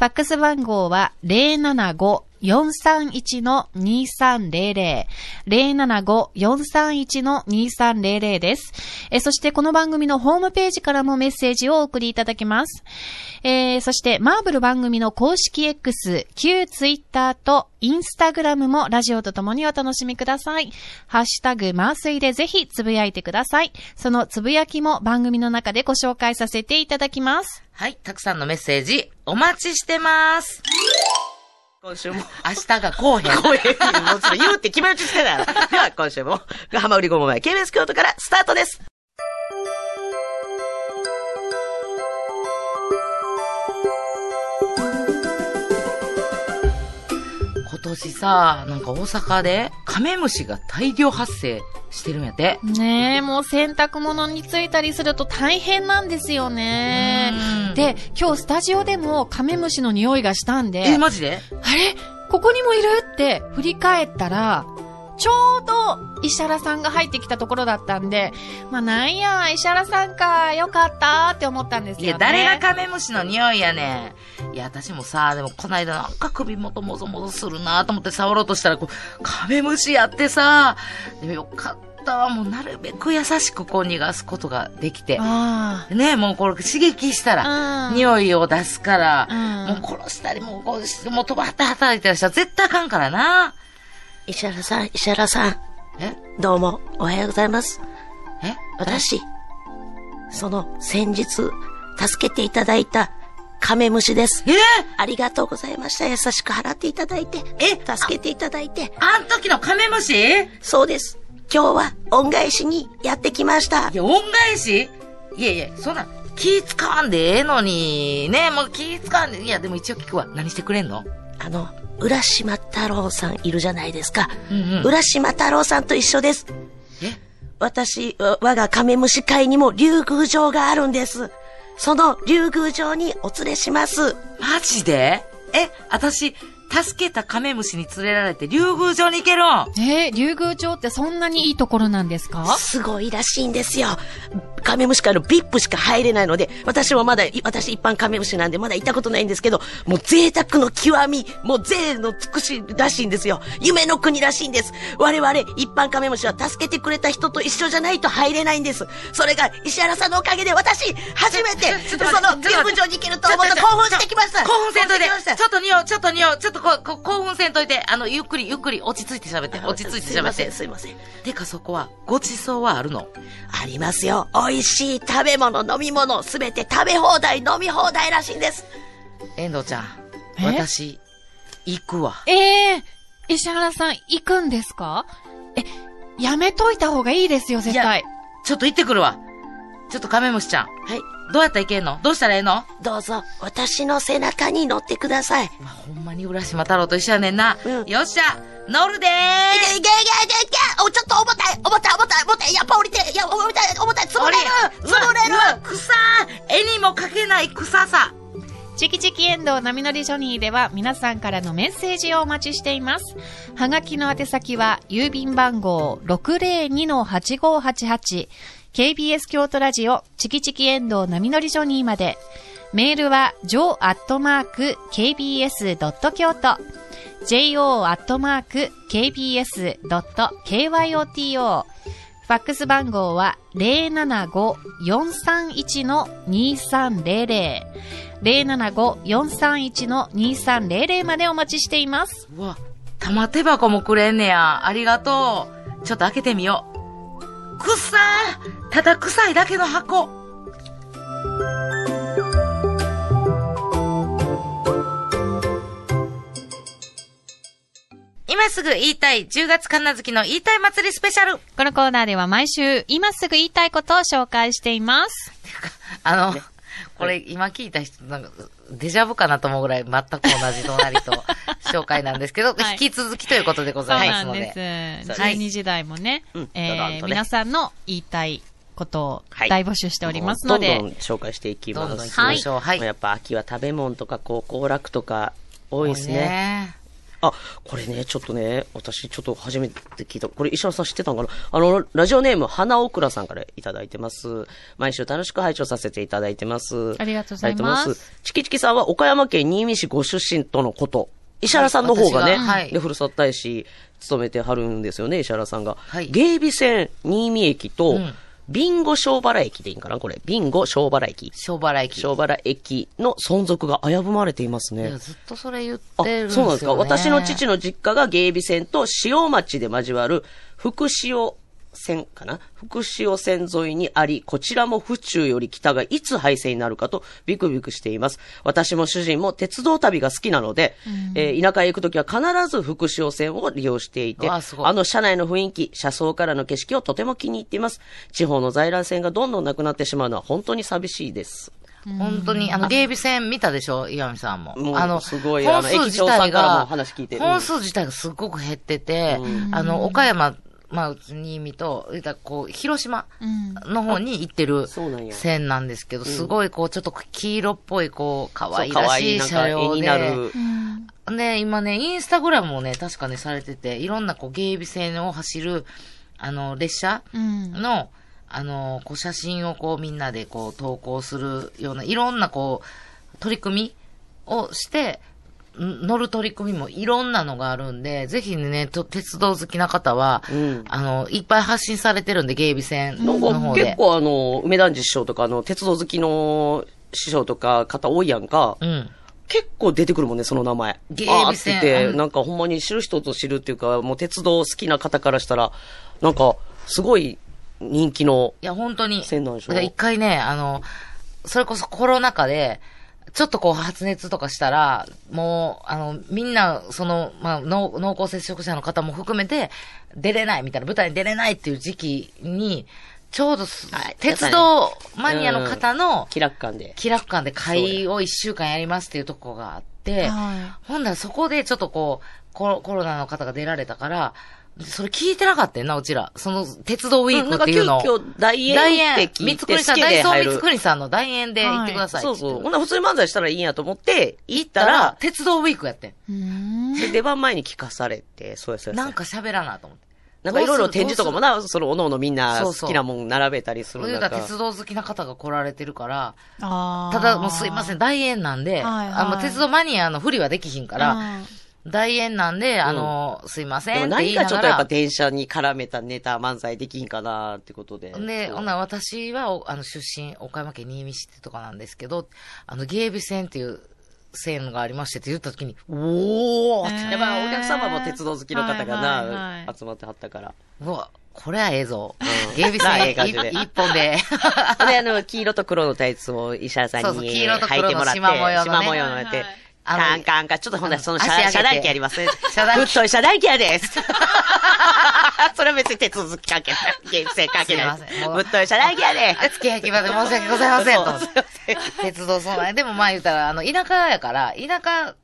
S5: ァックス番号は、075 075-431-2300。075-431-2300です。えーそしてこの番組のホームページからもメッセージをお送りいただけます。えーそして、マーブル番組の公式 X、旧ツイッターとインスタグラムもラジオとともにお楽しみください。ハッシュタグ、マースイでぜひつぶやいてください。そのつぶやきも番組の中でご紹介させていただきます。
S4: はい、たくさんのメッセージ、お待ちしてます。
S3: 今週も。
S4: 明日がこうへん。
S3: ごめん、もうそれ言うって決め打ちしてた から。では、今週も、浜売りごも前、KBS 京都からスタートです。
S4: 今年さ、なんか大阪でカメムシが大量発生してるんやて。
S5: ねえ、もう洗濯物についたりすると大変なんですよね。
S4: で、
S5: で、今日スタジオでもカメムシの匂いがしたんで。
S4: え、マジで
S5: あれここにもいるって振り返ったら、ちょうど石原さんが入ってきたところだったんで、まあなんや、石原さんか、よかったって思ったんです
S4: い
S5: よ、ね。
S4: や、誰がカメムシの匂いやねん。いや、私もさ、でもこないだなんか首元もぞもぞするなと思って触ろうとしたら、こう、カメムシやってさ、でもよかったわ。もうなるべく優しくこう逃がすことができて。
S5: あ
S4: ね、もうこれ刺激したら、
S5: あ。い。
S4: 匂いを出すから、
S5: うん
S4: もう殺したり、もうこうし、もう飛ばはた働いてらっしゃ絶対あかんからな。
S3: 石原さん、石原さん、
S4: え
S3: どうも、おはようございます。
S4: え
S3: 私、その、先日、助けていただいた、カメムシです。
S4: え
S3: ありがとうございました。優しく払っていただいて、
S4: え
S3: 助けていただいて、
S4: あん時のカメムシい
S3: そうです。今日は恩返しにやってきました。
S4: や、恩返しいやいや、そんな、気使わんでええのに、ねもう気使わんで、いや、でも一応聞くわ。何してくれんの
S3: あの、浦島太郎さんいるじゃないですか。
S4: うんうん。
S3: 浦島太郎さんと一緒です。
S4: え
S3: 私、わ我がカメムシ界にも竜宮城があるんです。その竜宮城にお連れします。
S4: マジでえ、私、助けたカメムシに連れられて、竜宮城に行けるん
S5: えー、竜宮城ってそんなにいいところなんですか
S3: すごいらしいんですよ。カメムシ界の VIP しか入れないので、私もまだ、い私一般カメムシなんでまだ行ったことないんですけど、もう贅沢の極み、もう贅の尽くしらしいんですよ。夢の国らしいんです。我々一般カメムシは助けてくれた人と一緒じゃないと入れないんです。それが石原さんのおかげで私、初めて、
S4: ちょ
S3: そ
S4: っと待って
S3: の
S4: ちょ
S3: 竜宮
S4: っと待って
S3: 城に行けると思って興奮してきました。
S4: 興奮せんといて
S3: 興奮してきました
S4: ちょっと匂う、ちょっと匂う、ちょっとこうこう興奮せんといて、あの、ゆっくりゆっくり落ち着いて喋って、落ち着いて
S3: すい
S4: 喋
S3: ま
S4: っ
S3: せん、
S4: て。
S3: すいません。
S4: てかそこは、ご馳走はあるの
S3: ありますよ。美味しい食べ物、飲み物、すべて食べ放題、飲み放題らしいんです。
S4: 遠藤ちゃん、
S5: え
S4: 私、行くわ。
S5: ええー、石原さん行くんですかえ、やめといた方がいいですよ、絶対。
S4: ちょっと行ってくるわ。ちょっとカメムシちゃん、
S3: はい。
S4: どうやったら行けんのどうしたらええの
S3: どうぞ、私の背中に乗ってください。い
S4: まあ、ほんまに浦島太郎と一緒やねんな。
S3: うん
S4: よっしゃ、乗る
S3: け
S4: で
S3: いけいけいけいけお、ちょっと重たい重たい重たい重たいやっぱ降りていや、重たい重たい
S4: ー
S3: 潰れる
S4: うわ
S3: 潰れる
S4: うわ草絵にも描けない草さ
S5: チキチキエンドウ波乗りジョニーでは皆さんからのメッセージをお待ちしています。はがきの宛先は郵便番号 602-8588KBS 京都ラジオチキチキエンドウ波乗りジョニーまで。メールは jo.kbs.kyoto jo.kbs.kyoto ファックス番号は075-431-2300。075-431-2300までお待ちしています。
S4: うわ、玉手箱もくれんねや。ありがとう。ちょっと開けてみよう。くっさーただ臭いだけの箱。今すぐ言いたい、10月神奈月の言いたい祭りスペシャル。
S5: このコーナーでは毎週、今すぐ言いたいことを紹介しています。
S4: あの、これ今聞いた人、なんか、デジャブかなと思うぐらい全く同じ隣 と紹介なんですけど、
S5: はい
S4: 引き続きということでご
S5: そう
S4: ざいま
S5: な
S4: す
S5: ん
S4: ので。
S5: です。
S4: はい
S5: 12時台もね、
S3: うん
S5: え
S3: ドドン
S5: ー
S3: とね
S5: 皆さんの言いたいことを
S3: はい
S5: 大募集しておりますので、
S3: ん紹介していき
S4: どんどん行きましょう。はい。
S3: っぱ秋は食べ物とか、こう、行楽とか、多
S4: ね。
S3: あ、これね、ちょっとね、私ちょっと初めて聞いた。これ石原さん知ってたんかなあの、ラジオネーム、花オクラさんからいただいてます。毎週楽しく拝聴させていただいてます。
S5: ありがとうござ
S3: あり
S5: います
S3: がとうございチキチキさんは岡山県新見市ご出身とのこと。石原さんの方がね、
S4: 私がはい
S3: で、ふるさと大使務めてはるんですよね、石原さんが。
S4: はい
S3: 芸備線新見駅と、
S4: うん
S3: ビンゴ小原駅でいいんかなこれ。ビンゴ小原駅。
S4: 小原駅。
S3: 小原駅の存続が危ぶまれています
S4: い
S3: ね
S4: や、。ずっとそれ言っ
S3: あ、
S4: てるんです
S3: そう
S4: よ、ね。
S3: なんですか。私の父の実家が芸備線と塩町で交わる福塩線かな福塩線沿いにあり、こちらも府中より北がいつ廃線になるかとビクビクしています。私も主人も鉄道旅が好きなので、えー田舎へ行くときは必ず福塩線を利用していて、
S4: うわすごい
S3: あの車内の雰囲気、車窓からの景色をとても気に入っています。地方の在来線がどんどんなくなってしまうのは本当に寂しいです。
S4: 本当に、あの、芸備線見たでしょ岩見さんも。
S3: もう
S4: あの、
S3: すごい
S4: 本数自
S3: あの駅長さ
S4: 体
S3: んからも
S4: が、
S3: 話聞いてる
S4: 本数自体がすごく減ってて、あの、岡山、まあ、うちにみと、言うたらこう、広島
S5: うん
S4: の方に行ってる
S3: そうなんや
S4: 線なんですけど、すごいこう、ちょっと黄色っぽい、こう、可愛
S3: そう
S4: らしい
S3: なん
S4: 車
S3: か絵
S4: 両
S3: にな
S4: で。
S3: る。
S4: ね、今ね、インスタグラムもね、確かね、されてて、いろんなこう、芸備線を走る、あの、列車
S5: うん。
S4: の、あの、こう写真をこうみんなでこう投稿するような、いろんなこう、取り組みをして、ん乗る取り組みもいろんなのがあるんで、ぜひね、と鉄道好きな方は、
S3: うん
S4: あの、いっぱい発信されてるんで、芸備線の
S3: なんか
S4: 方で。
S3: 結構あの、梅団地師匠とか、あの、鉄道好きの師匠とか方多いやんか、
S4: うん。
S3: 結構出てくるもんね、その名前。
S4: 芸備
S3: あ
S4: 線
S3: ーって言っ
S4: う
S3: て、
S4: ん
S3: なんかほんまに知る人と知るっていうか、もう鉄道好きな方からしたら、なんか、すごい人気の、
S4: いや、本当に。
S3: 線なんでしょ
S4: だから一回ね、あの、それこそコロナ禍で、ちょっとこう発熱とかしたら、もう、あの、みんな、その、まあ、濃濃厚接触者の方も含めて、出れないみたいな、舞台に出れないっていう時期に、ちょうどす、
S3: はい
S4: 鉄道マニアの方の、
S3: 気楽感で。
S4: 気楽館で会を一週間やりますっていうとこがあって、
S5: は
S4: ほんならそこでちょっとこう、コロコロナの方が出られたから、それ聞いてなかったよな、うちら。その、鉄道ウィーク
S3: なん
S4: っ
S3: か
S4: て
S3: 急
S4: いうのを。
S3: 遽大演って聞い
S4: 三つ
S3: て、
S4: くりさん、
S3: 好き
S4: 大
S3: で入
S4: 層三
S3: る
S4: つくりさんの大円で行ってくださいって
S3: そ
S4: 言
S3: う
S4: っ
S3: そ
S4: て。
S3: う。ほんなら普通に漫才したらいいんやと思って、行っ
S4: だ
S3: た
S4: から
S3: ら、、
S4: 鉄道ウィークやってん。
S5: い。うん。
S3: で出番前に聞かされて、そうやそうやそうや。
S4: なんか喋らなと思って。
S3: なんかいろいろ展示とかもな、その、おのおのみんな
S4: そう
S3: 好
S4: そう
S3: きなもん並べたりす
S4: どう
S3: る
S4: する。言う
S3: 中
S4: たら鉄道好きな方が来られてるから、
S5: あー
S4: ただもうすいません、。大円なんで、
S5: はいはい
S4: あの、鉄道マニアの不利はできひんから、
S5: うん
S4: 大円なんで、あの、すいません
S3: で
S4: っ
S3: も
S4: て
S3: 何
S4: 言い
S3: か
S4: な
S3: ちょ
S4: が
S3: っとやっぱ
S4: ら、
S3: 電車に絡めたネタ漫才できんかなってことで。
S4: で、
S3: そう
S4: ほな、私は、おあの、出身、岡山県新見市ってとかなんですけど、あの、芸備線っていう線がありましてって言った時に、おーって
S3: やっぱお客様も鉄道好きの方がな、
S5: はいはいはい
S3: 集まってはったから。
S4: うわ、これはええぞ
S3: う。ん
S4: ゲビ
S3: なあ
S4: さん、
S3: ええ感じで
S4: 一本で。
S3: で、あの、黄色と黒のタイツを石原さんに
S4: そうそう黄色と
S3: 履い
S4: 黒
S3: て
S4: の
S3: もらって、
S4: 縞模様のね
S3: 縞模様のやって、
S4: はいはい
S3: カンカンカン、ちょっとほんならその
S4: 足上げ
S3: 遮
S4: て
S3: 遮断機ありますね。
S4: 遮断機
S3: ぶっとい遮断機や です。それは別に手続き関係ない。現世関係ない
S4: すいま
S3: で
S4: せん
S3: す。
S4: もう
S3: ぶっとい遮断機やで
S4: あ付き合いきまで申し訳ございません、と思っ
S3: そう
S4: て。鉄道そうなんやでもまあ言ったら、あの、田舎やから、田舎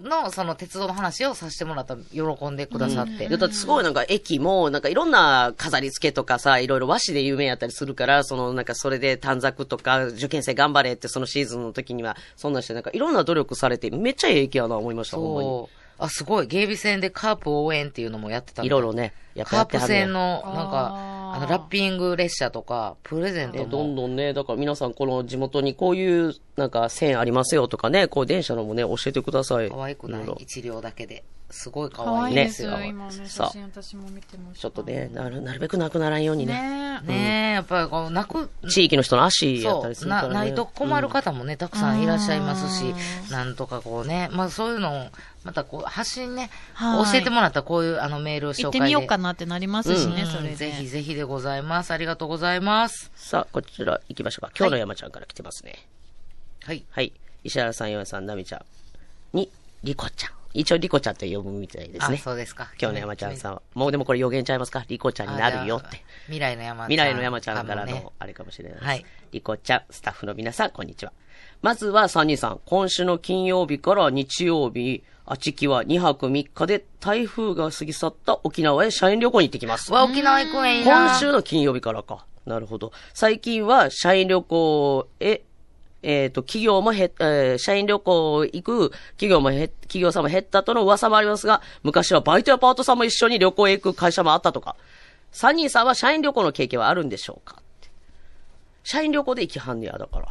S4: のその鉄道の話をさせてもらったら喜んでくださって。
S3: いやだってすごいなんか駅も、なんかいろんな飾り付けとかさ、いろいろ和紙で有名やったりするから、そのなんかそれで短冊とか、受験生頑張れってそのシーズンの時には、そんなんしてなんかいろんな努力されて、めっちゃええ駅やな思いました、ほんまに。
S4: そう。あ、すごい。芸備線でカープ応援っていうのもやってた
S3: いろいろね、やっぱや
S4: カー
S3: って
S4: プ
S3: はるね
S4: 線の、なんか、
S5: あー
S4: あの、ラッピング列車とか、プレゼント
S3: えどん
S4: も。
S3: どんね、だから皆さんこの地元にこういうなんか線ありますよとかね、こう電車のもね、教えてください。
S4: 可愛くない
S3: ろろ
S4: 一両だけで。すごい可
S5: 可
S4: 愛
S5: 愛
S4: い
S5: い
S3: ね
S5: ですよ、
S3: ね
S5: 今ね、
S3: さ
S5: 写
S3: あ
S5: 真私も見てました。
S3: ちょっとね、なる、なるべくなくならんようにね。
S5: ねえ。
S4: ねえ、やっぱりこう、泣く、
S3: 地域の人の足やっ
S4: そ
S3: たりす
S4: う、
S3: るから、
S4: な、
S3: ね。
S4: ないと困る方もね、たくさんいらっしゃいますし、なんとかこうね、まあそういうのを、またこう、発信ね、
S5: はい
S4: 教えてもらったらこういうあのメールを紹
S5: 行
S4: 介
S5: っ
S4: で。
S5: てみようかなってなりますしね、
S4: うん
S5: それで。
S4: ぜひぜひでございます。ありがとうございます。
S3: さあ、こちら行きましょうか。今日の山ちゃんから来てますね。
S4: はい。
S3: はい。石原さん、岩井さん、奈美ちゃんに、リコちゃん。一応リコちゃんって呼ぶみたいです
S4: あ、
S3: ね。
S4: そうですか。
S3: 今日の山ちゃんさんは。もうでもこれ予言ちゃいますかリコちゃんになるよっ
S4: あじ
S3: て
S4: ゃあ。未来の山ちゃん。
S3: 未来の山ちゃんから
S4: あね
S3: の、あれかもしれないです。
S4: はい
S3: リコちゃん、スタッフの皆さん、こんにちは。まずは、サニーさん。今週の金曜日から日曜日、あちきは2泊3日で台風が過ぎ去った沖縄へ社員旅行に行ってきます
S4: う。わ、沖縄行くんいいな。
S3: 今週の金曜日からか。なるほど。最近は社員旅行へ、えっ、と、企業もへ、えー社員旅行行く企業もへ、企業さんも減ったとの噂もありますが、昔はバイトやパートさんも一緒に旅行へ行く会社もあったとか。サニーさんは社員旅行の経験はあるんでしょうかって社員旅行で行きはんねや、だから。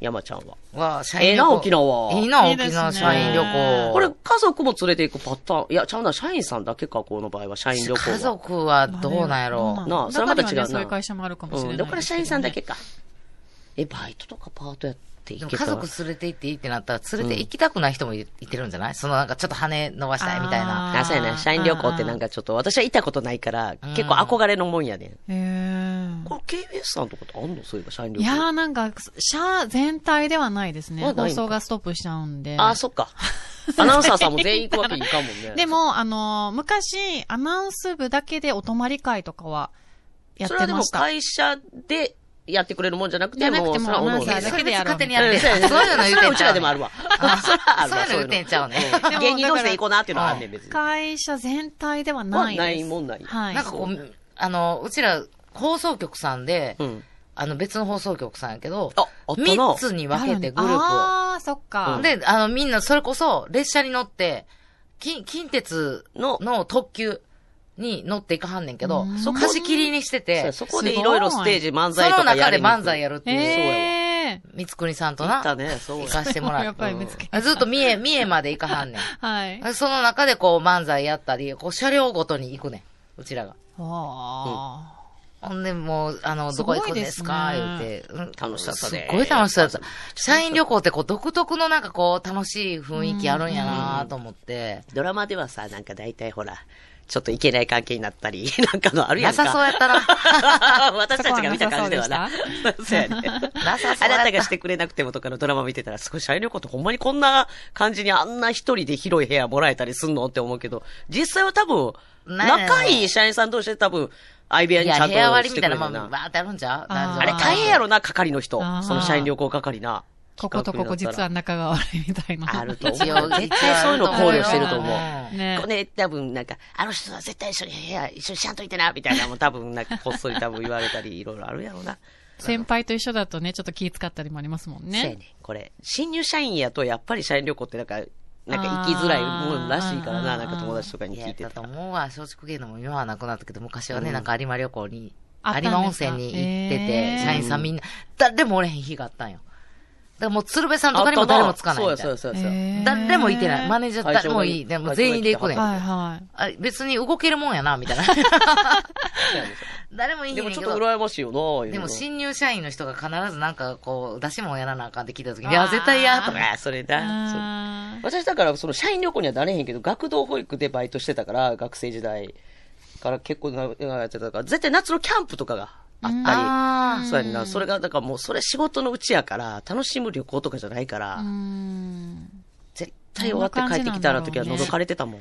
S3: 山ちゃんは。
S4: わあ、社
S3: ええ
S4: 員旅
S3: な、
S4: 行。
S3: 沖縄。
S4: いいな、
S5: いいで
S4: 沖
S5: すね
S4: 縄社員旅行。
S3: これ、家族も連れて行くパターン。いや、ちゃうな、社員さんだけか、この場合は、社員旅行は。
S4: 家族はどうなんやろ
S5: まあ
S4: う。
S5: ね
S3: なあそれはまた違うな
S5: 中にはねそういう会社もあるかもしれな
S3: う
S5: い
S3: ん、だ
S5: ですけどね。
S3: から社員さんだけか。え、バイトとかパートやってい
S4: でも
S3: けた
S4: 家
S3: ら
S4: 族連れて行っていいってなったら、連れて行きたくない人もいいてるんじゃないそのなんかちょっと羽伸ばしたいみたいな。
S3: あ、そうやな。社員旅行ってなんかちょっと、私は行ったことないから、
S4: うん
S3: 結構憧れのもんやねん。
S5: へー
S3: これ KBS さんとかってあんのそういえば社員旅
S5: い
S3: 行。
S5: やーなんか、社全体ではないですね。
S3: まあないのか
S5: 放送がストップしちゃうんで。
S3: あ、そっか。アナウンサーさんも全員行くわけにいかんもんね。
S5: でも、あのー昔、アナウンス部だけでお泊まり会とかは、やっ
S3: それは
S5: て
S3: で
S5: ま
S3: も
S5: した。
S3: 会社でやってくれるもんじゃなく
S5: じ
S3: て、
S5: ゃなく
S3: も
S5: て
S3: う、そ
S5: も
S3: れは
S5: ア
S3: おの
S5: ナ
S3: お
S5: ウ
S3: の
S5: ンサーだけでやる
S4: 勝手に
S5: み
S4: や
S5: たい
S4: って。そういうの言
S3: そうれは
S4: て
S3: う
S4: ち
S3: ち
S4: ゃ
S3: らで
S4: うねん。
S3: もあるわ。そ
S4: あ
S3: れはある
S4: そう
S3: わ。
S4: いうの言ってんちゃうねん。
S3: そういうの芸人同士で行こうなっていうのはあんねん、別に。
S5: な。会社全体ではないです。
S3: はないもんない
S5: はい。
S4: なんかこう、あの、うちら放送局さんで、
S3: うん。
S4: あの別の放送局さんやけど、
S3: ああったな
S4: 3つに分けてグルー
S5: あー、そっ
S4: プ
S5: か
S4: を。。で、あのみんなそれこそ列車に乗って、近、近鉄
S3: の
S4: の特急に乗っていかはんねんけ
S5: う
S4: ど
S5: ん、
S4: そこ貸し切りにして
S3: そうや
S4: て、
S3: そ
S4: そ
S3: こでいろいろステージ漫才と
S4: の
S3: かやり
S4: 中で
S3: に行く
S4: 漫才やるっていう、
S5: え
S4: 三つくにさんと
S3: 行っ
S4: な、
S3: たね、そう
S4: 行
S3: や。
S4: か してもら
S5: やっ
S4: っ
S5: ぱり見つけ
S4: て。ずっと三重、三重まで行かはんねん。
S5: ー。はい。
S4: その中でこう漫才やったり、こう車両ごとに行くねん。うちらが。
S5: あ
S4: ほんで、もう、あの、どこ行くんですか
S5: すごい
S4: 言うて。うん
S3: 楽しかったね
S4: すっごい楽しそうやった。社員旅行ってこう、独特のなんかこう、楽しい雰囲気あるんやなと思って。
S3: ドラマではさ、なんか大体ほら、ちょっといけない関係になったり、 なんかのあるや
S4: なん
S3: か。
S4: さそうやったな。
S3: 私たちが見た感じではな。そうやね。
S4: なさそ
S3: あ
S4: うや
S3: な
S4: った
S3: たがしてくれなくてもとかのドラマ見てたら、すごい、シャイ旅行ってほんまにこんな感じにあんな一人で広い部屋もらえたりすんのって思うけど、実際は多分、
S4: ないない
S3: 仲いい社員さん同士で多分、相部屋
S4: い
S3: にちゃ
S4: や、
S3: ん
S4: 部
S3: と
S4: 屋割
S3: し
S4: り
S3: て
S4: み
S3: く
S4: た
S3: れ
S4: いな
S3: る
S4: もん、
S3: な。
S4: バーってあるんじゃう
S5: あー
S3: あれ大変やろな、係の人
S5: あ。ー
S3: その社員旅行係な。
S5: ー。こことここ実は仲が悪いみたいな。
S3: あると思
S4: 一応
S3: う。、絶対そういうの考慮してると思う。
S5: ね
S3: こ。れ多分なんか、あの人は絶対一緒に部屋一緒にしゃんといてな、みたいなのも多分なんかこっそり多分言われたり、いろいろあるやろうな。
S5: 先輩と一緒だとね、ちょっと気使ったりもありますもん
S3: そうや
S5: ね。
S3: ね。これ、新入社員やとやっぱり社員旅行ってなんか、なんか行きづらいもんらしいから
S5: あ
S3: な、
S5: ー
S3: なんか友達とかに聞
S4: や
S3: い
S4: ってたと
S3: たら。
S4: 思うわ。松竹芸能も今はなくなったけど、昔はね、
S3: うん
S4: なんか有馬旅行に、
S5: あったん
S4: 有
S5: ですか
S4: 馬温泉に行って
S5: へ
S4: て、
S5: ー
S4: 社員さんみんな、誰もおれへん日があったんよ。だからもう鶴瓶さんとかにも誰もつかないみたいな。
S3: そうや、そうや、そうや。
S5: へー
S4: 誰もいてない。マネージャー誰もいい。でも全員で行くねん。
S5: はいはい。
S4: あ別に動けるもんやな、みたいな。誰もいい
S3: で
S4: ね
S3: も
S4: んけ
S3: ちょっ
S4: ど
S3: と。羨ましいよな、
S4: でも
S3: ん
S4: 新入社員の人が必ずなんかこう、出し物やらなあかんって聞いた時に、いや、絶対や、と
S3: と
S4: か。
S3: か、それだ。そう
S5: あー
S3: 私だから、その社員旅行にはなれへんけど、学童保育でバイトしてたから、学生時代から結構長い間やってたから、絶対夏のキャンプとかがあったり。
S4: あ
S3: そうやんな。それが、だからもう、それ仕事のうちやから、楽しむ旅行とかじゃないから、
S5: うーん
S3: 絶対終わって帰ってきたら時は
S5: どんな感じなんだろうね
S3: 覗かれてたもん。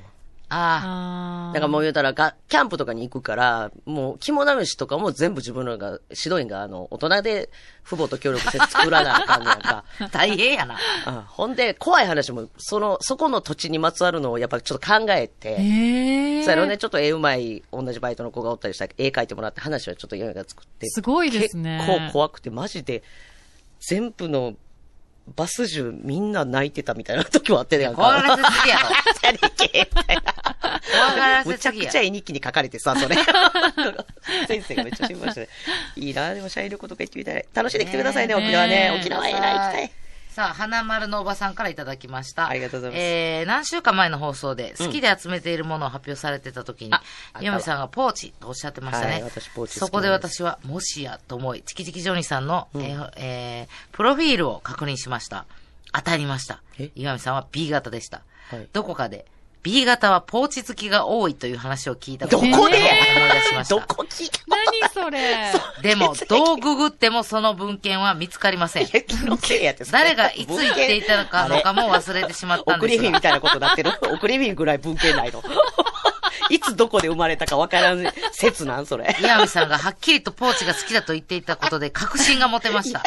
S4: あ。ああ。
S5: あ
S3: だ
S5: ー
S3: からもう言うたらが、キャンプとかに行くから、もう肝試しとかも全部自分らが、指導員が、あの、大人で父母と協力して作らなあかんねやん か。
S4: 大変やな。
S3: うんほんで、怖い話も、その、そこの土地にまつわるのをやっぱりちょっと考えて、
S5: ええ
S3: そうやろね、ちょっと絵うまい、同じバイトの子がおったりしたら、絵描いてもらって話はちょっと嫁が作って。
S5: すごいですね
S3: 結構怖くて、マジで、全部のバス中みんな泣いてたみたいな時はあってね、なん
S4: 怖がら
S3: か。
S4: せすぎや ろ。
S3: やりけえみたいな
S4: 怖がらせ
S3: むちゃ
S4: すぎ
S3: く
S4: や
S3: ちゃ。絵日記に書かれてさ、それ。先生がめっちゃ心配してね。いいな、でも社員旅行とか行ってみたい。楽しんできてくださいね、
S5: ねえ
S3: 沖縄ね
S5: ね。え
S3: 沖縄えらい行きたい。
S4: さあ、花丸のおばさんからいただきました。
S3: ありがとうございます
S4: えー、何週間前の放送で、好きで集めているものを発表されてた時に
S3: ああ、
S4: ヨメさんがポーチとおっしゃってましたね。
S3: はい私ポーチ好きなんです
S4: そこで私は、もしやと思い、チキチキジョニーさんの、えーえープロフィールを確認しました。当たりました
S3: え。
S4: 岩見さんは B 型でした。
S3: はい
S4: どこかで、B 型はポーチ付きが多いという話を聞いた
S3: ど
S4: と
S3: こで
S4: 思い出しました
S3: どこ聞いた
S5: 何そ れ
S4: でも、どうググってもその文献は見つかりません。
S3: え気のせいやって
S4: 誰がいつ言っていたのかのかも忘れてしまったん
S3: 送
S4: で
S3: り
S4: す
S3: 火み
S4: が。
S3: たいなことになってる 送り火ぐらい文系 ないの。いつどこで生まれたかわからん説なんそれ。いやい
S4: 岩見さんがはっきりとポーチが好きだと言っていたこ とで確信が持てました。
S3: や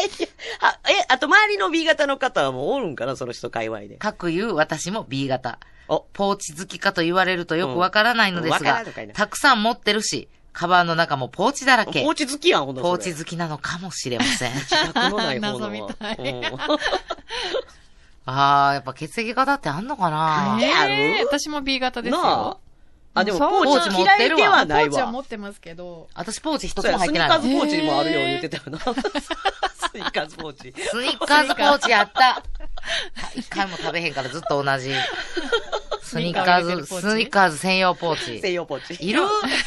S3: あえ、あと周りの B 型の方はもうおるんかなその人界隈で。
S4: 各言う私も B 型。
S3: お、
S4: ポーチ好きかと言われるとよくわからないのです
S3: うんわから
S4: が
S3: んのかいな、
S4: たくさん持ってるし、カバンの中もポーチだらけ
S3: ポ。ーチ好きやん、ほんなら
S4: ポー
S3: それ
S4: チ好きなのかもしれません。
S3: 逆のない方の。
S5: 謎みたい
S3: うん
S4: あー、やっぱ血液型ってあんのかな
S3: え
S5: ええ私も B 型です
S3: なあ
S5: よ。。
S3: あ、でも、
S5: そう
S3: ポーチ
S4: ポーチ持っ
S3: 嫌
S4: て
S3: い
S4: るわ
S3: ではない
S5: ポーチは持
S3: わ。
S5: ってますけど。
S4: 私ポーチ一
S3: そ
S4: つ
S3: う
S4: も
S3: や、
S4: 入
S3: ス
S4: っ
S3: ニ
S4: て
S3: ー
S4: ない
S3: カー
S4: です
S3: ズポーチにもあるよ、言ってた よな。スニーカーズポーチ。
S4: スニッカーズポーチやった。一回も食べへんからずっと同じ。スニッカーズ、
S5: スニッカー入れてるポーチ
S4: スニッカーズ専用ポー
S3: 専
S4: チ。
S3: 用ポーチ。
S4: いる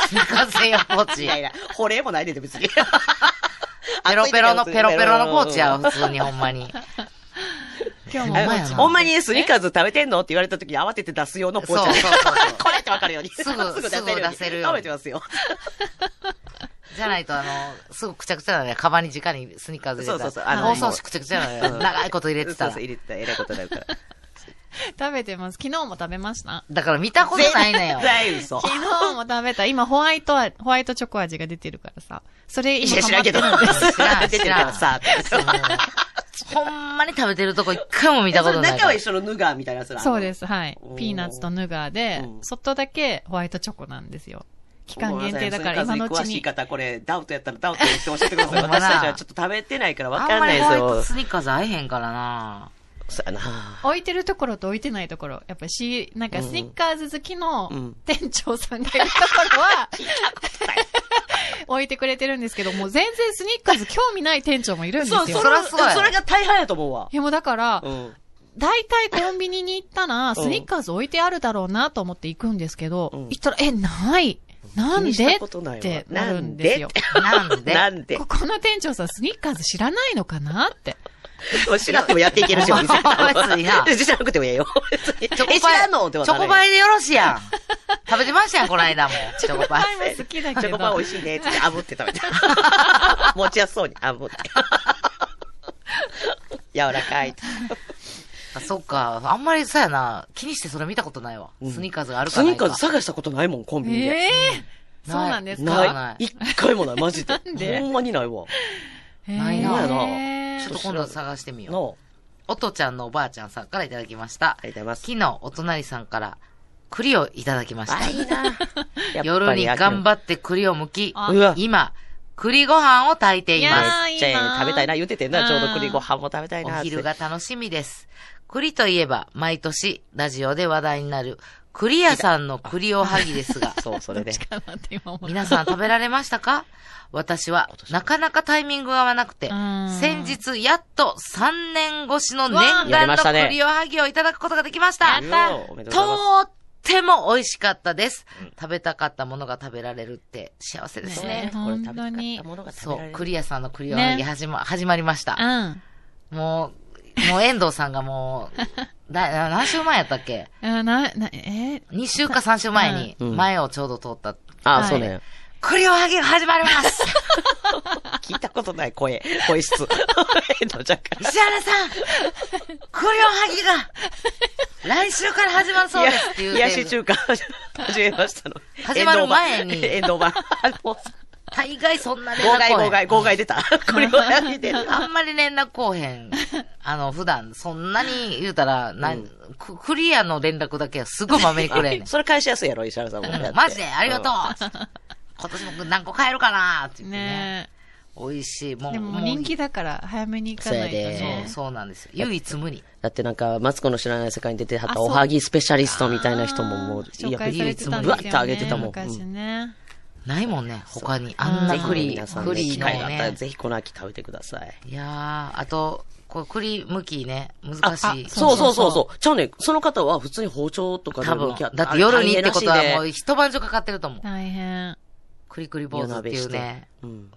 S4: スニッカーズ専用ポー
S3: い
S4: チ。
S3: やいや、保冷もないねんて、別に。
S4: ペロペロの、ペロペロのポーチや、
S3: うん
S4: 普通にほんまに。
S5: 今日も
S4: ほん
S3: え
S4: まや な
S3: ほんまにスニーカーズ食べてんのって言われた時に慌てて出す用のポーチ。
S4: そうそうそうそう
S3: これってわかるように。
S4: す ぐすぐ出せる
S3: 食
S4: ように
S3: べてますよ。
S4: じゃないと、あの、すぐくちゃくちゃなのよ。カバンに直にスニッカーズ入れたら。
S3: そうそうそうあの
S4: 放送紙くちゃくちゃなのよ
S3: う。ん
S4: 長いこと入れ
S3: そう
S4: てた
S3: そう、
S4: ら。
S3: 入れてたらえらいことになるから。
S5: 食べてます。昨日も食べました。
S4: だから見たことないのよ
S3: 絶。対嘘。
S5: 昨日も食べた。今、ホワイトあ、ホワイトチョコ味が出てるからさ。それ
S3: い
S5: 今
S3: や、知らんけど。
S5: ハマってるんです
S4: 知らん
S3: 出てるからさ。
S4: そうほんまに食べてるとこ一回も見たことない
S3: 中
S4: か
S3: は
S4: ら。
S3: 一緒のヌガーみたいなやつら。
S5: そうです。はい
S3: おー。
S5: ピーナッツとヌガーで
S3: う、ん
S5: 外だけホワイトチョコなんですよ。期間限定だから、
S3: ご
S5: 今
S3: めん
S5: の
S3: な
S5: う
S3: さい
S5: ち
S3: 詳しい
S5: に。
S3: 方、これ、ダウトやったらダウト言って教えてください。
S4: ほんま
S3: 私
S4: な
S3: たちはちょっと食べてないからわ
S4: あ
S3: か
S4: ん
S3: ん
S4: ま
S3: ない
S4: り
S3: です
S4: ホワイト
S3: よ。
S4: スニッカーズ会えへんからな。
S3: そうやな。
S5: 置いてるところと置いてないところ。やっぱし、なんかスニッカーズ好きの
S3: うん
S5: 店長さんがいるとこ ろは、置いてくれてるんですけど、もう全然スニッカーズ興味ない店長もいるんですよ。
S3: そう、そ
S4: そ
S3: れ
S4: らそうや
S3: それが大半やと思うわ。
S5: いやもうだから、
S3: うん。
S5: 大体コンビニに行ったら、スニッカーズ置いてあるだろうなと思って行くんですけど、
S3: うん
S5: 行ったら、え、ないなん
S3: 気
S5: で
S3: にしたことないわ
S5: ってなるんですよ。
S4: なんで
S3: なんで
S5: ここの店長さん、スニッカーズ知らないのかなって。
S3: 知らんでもやっていけるし、 お店。
S4: 別にな
S3: 知らなくてもええ よ。別に
S4: チョ
S3: え
S4: コ
S3: 知
S4: パ
S3: ら
S4: イ、
S3: んのでは
S4: チョコパ
S3: イ。
S4: イでよろし いやん。食べてましたやん、この間も。チョコパイ。
S5: 前も好きだ
S3: チ
S5: け
S3: ョ
S5: ど
S3: コ。パイ美味しいね。つって炙って食べた。持ちやすそうに炙 って。柔らかい。
S4: あそっか。あんまりさやな、気にしてそれ見たことないわ。
S3: うん
S4: スニーカーズがあるか
S3: ス
S4: ら。
S3: ニーカーズ探したことないもん、コンビニで。
S5: えーそうなんです
S4: ない
S5: か
S3: ない。一回もない、マジで。
S5: なんで
S3: ほんまにないわ。
S4: ないな
S3: ほんまや
S5: え
S3: な。
S4: ちょっと今度探してみよう。
S3: の、
S4: おとちゃんのおばあちゃんさんからいただきまし
S3: あ
S4: た。
S3: りがとうございます。
S4: 昨日、お隣さんから、栗をいただきまし
S3: あ、いい
S4: た。
S3: な。
S4: 夜に頑張
S3: っ
S4: って栗を剥き、
S5: あ
S3: うわ、
S4: 今、栗ご飯を炊いてい
S5: い
S4: ま
S5: や
S4: す。
S5: あー
S3: めっちゃええの
S5: いいな
S3: 食べたいな、言っててん
S5: うん
S3: な、ちょうど栗ご飯も食べたい
S4: お
S3: な。
S4: 昼が楽しみです。栗といえば、毎年、ラジオで話題になる、栗屋さんの栗おはぎですが、
S3: そう、それで。
S5: かなって今思った
S4: 皆さん食べられましたか私は、なかなかタイミングが合わなくて
S5: うん、
S4: 先日、やっと3年越しの念
S5: わあ
S3: やり
S4: 願
S3: ま
S4: の
S3: したね
S4: 栗おはぎをいただくことができました。
S3: おめでとうございます。
S4: とっても美味しかったです。食べたかったものが食べられるって幸せですね。
S5: ね本当に
S3: これ食べたかったものが食
S4: そ
S3: べら
S4: う
S3: れ、る
S4: クリアさんのクリオハギ
S5: ね
S4: 始ま、始まりました。
S5: うん。
S4: もう、もう遠藤さんがもう、 だな何週前やったっけ
S5: あな、な、えー
S4: ?2 週か3週前に、
S3: うん
S4: 前をちょうど通った。
S3: あ
S5: はい
S3: そうね。
S4: クリオハギが始まります
S3: 聞いたことない声、声 質。えっと、じゃあ
S4: 石原さんクリオハギが、来週から始まるそうですっていう
S3: 冷
S4: て。
S3: やし中華始めましたの。
S4: 始まる前に
S3: エンドバー。も う
S4: 大概そんな連
S3: 号外、号
S4: 絡来
S3: 外、
S4: へん
S3: 号外 出た。これは見てる。
S4: あんまり連絡こうへん。あの、普段、そんなに言うたら、な、
S3: うん
S4: ククリアの連絡だけはすごいまめにくれんねん
S3: それ返しやすいやろ、石原さんも。
S4: うん。マジで、ありがとう
S3: うん。
S4: 今年も何個買えるかなって言ってね。
S5: ね
S4: 美味しい。も
S5: え。
S4: う、
S5: でももう人気だから早めに行かないと
S3: そうや
S4: も
S5: ね
S4: う。そうなんですよ。唯一無二。
S3: だってなんか、マツコの知らない世界に出てはっ
S5: あ
S3: た
S5: そう
S3: おはぎスペシャリストみたいな人ももう、い
S5: 紹
S3: や、
S5: 介されてたん
S3: ぶ
S5: で
S3: わ
S5: す
S3: っ
S5: よ、ね。
S3: とあげてたもん。
S5: 昔
S3: うん
S5: ね。
S4: ないもんね、他に。あん
S5: う
S4: な
S3: ぜひ
S4: 栗、
S3: 皆さんね、
S4: 栗
S3: 機
S4: の
S3: 会があったら
S4: ね。
S3: ぜひこの秋食べてください。
S4: いやー、あと、こう栗むきね、難しい。
S3: そうそうそう
S5: そう
S3: そう。ちゃうねん、その方は普通に包丁とかで
S4: 多分
S3: 向き合。
S4: だって夜に
S3: あ
S4: ってことはもう
S3: 大
S4: 一晩中かかってると思う。
S5: 大変。
S4: クリクリ坊
S3: 変
S4: 主
S3: らし
S4: っ
S3: てで
S4: いうね。。
S3: 夜鍋してうん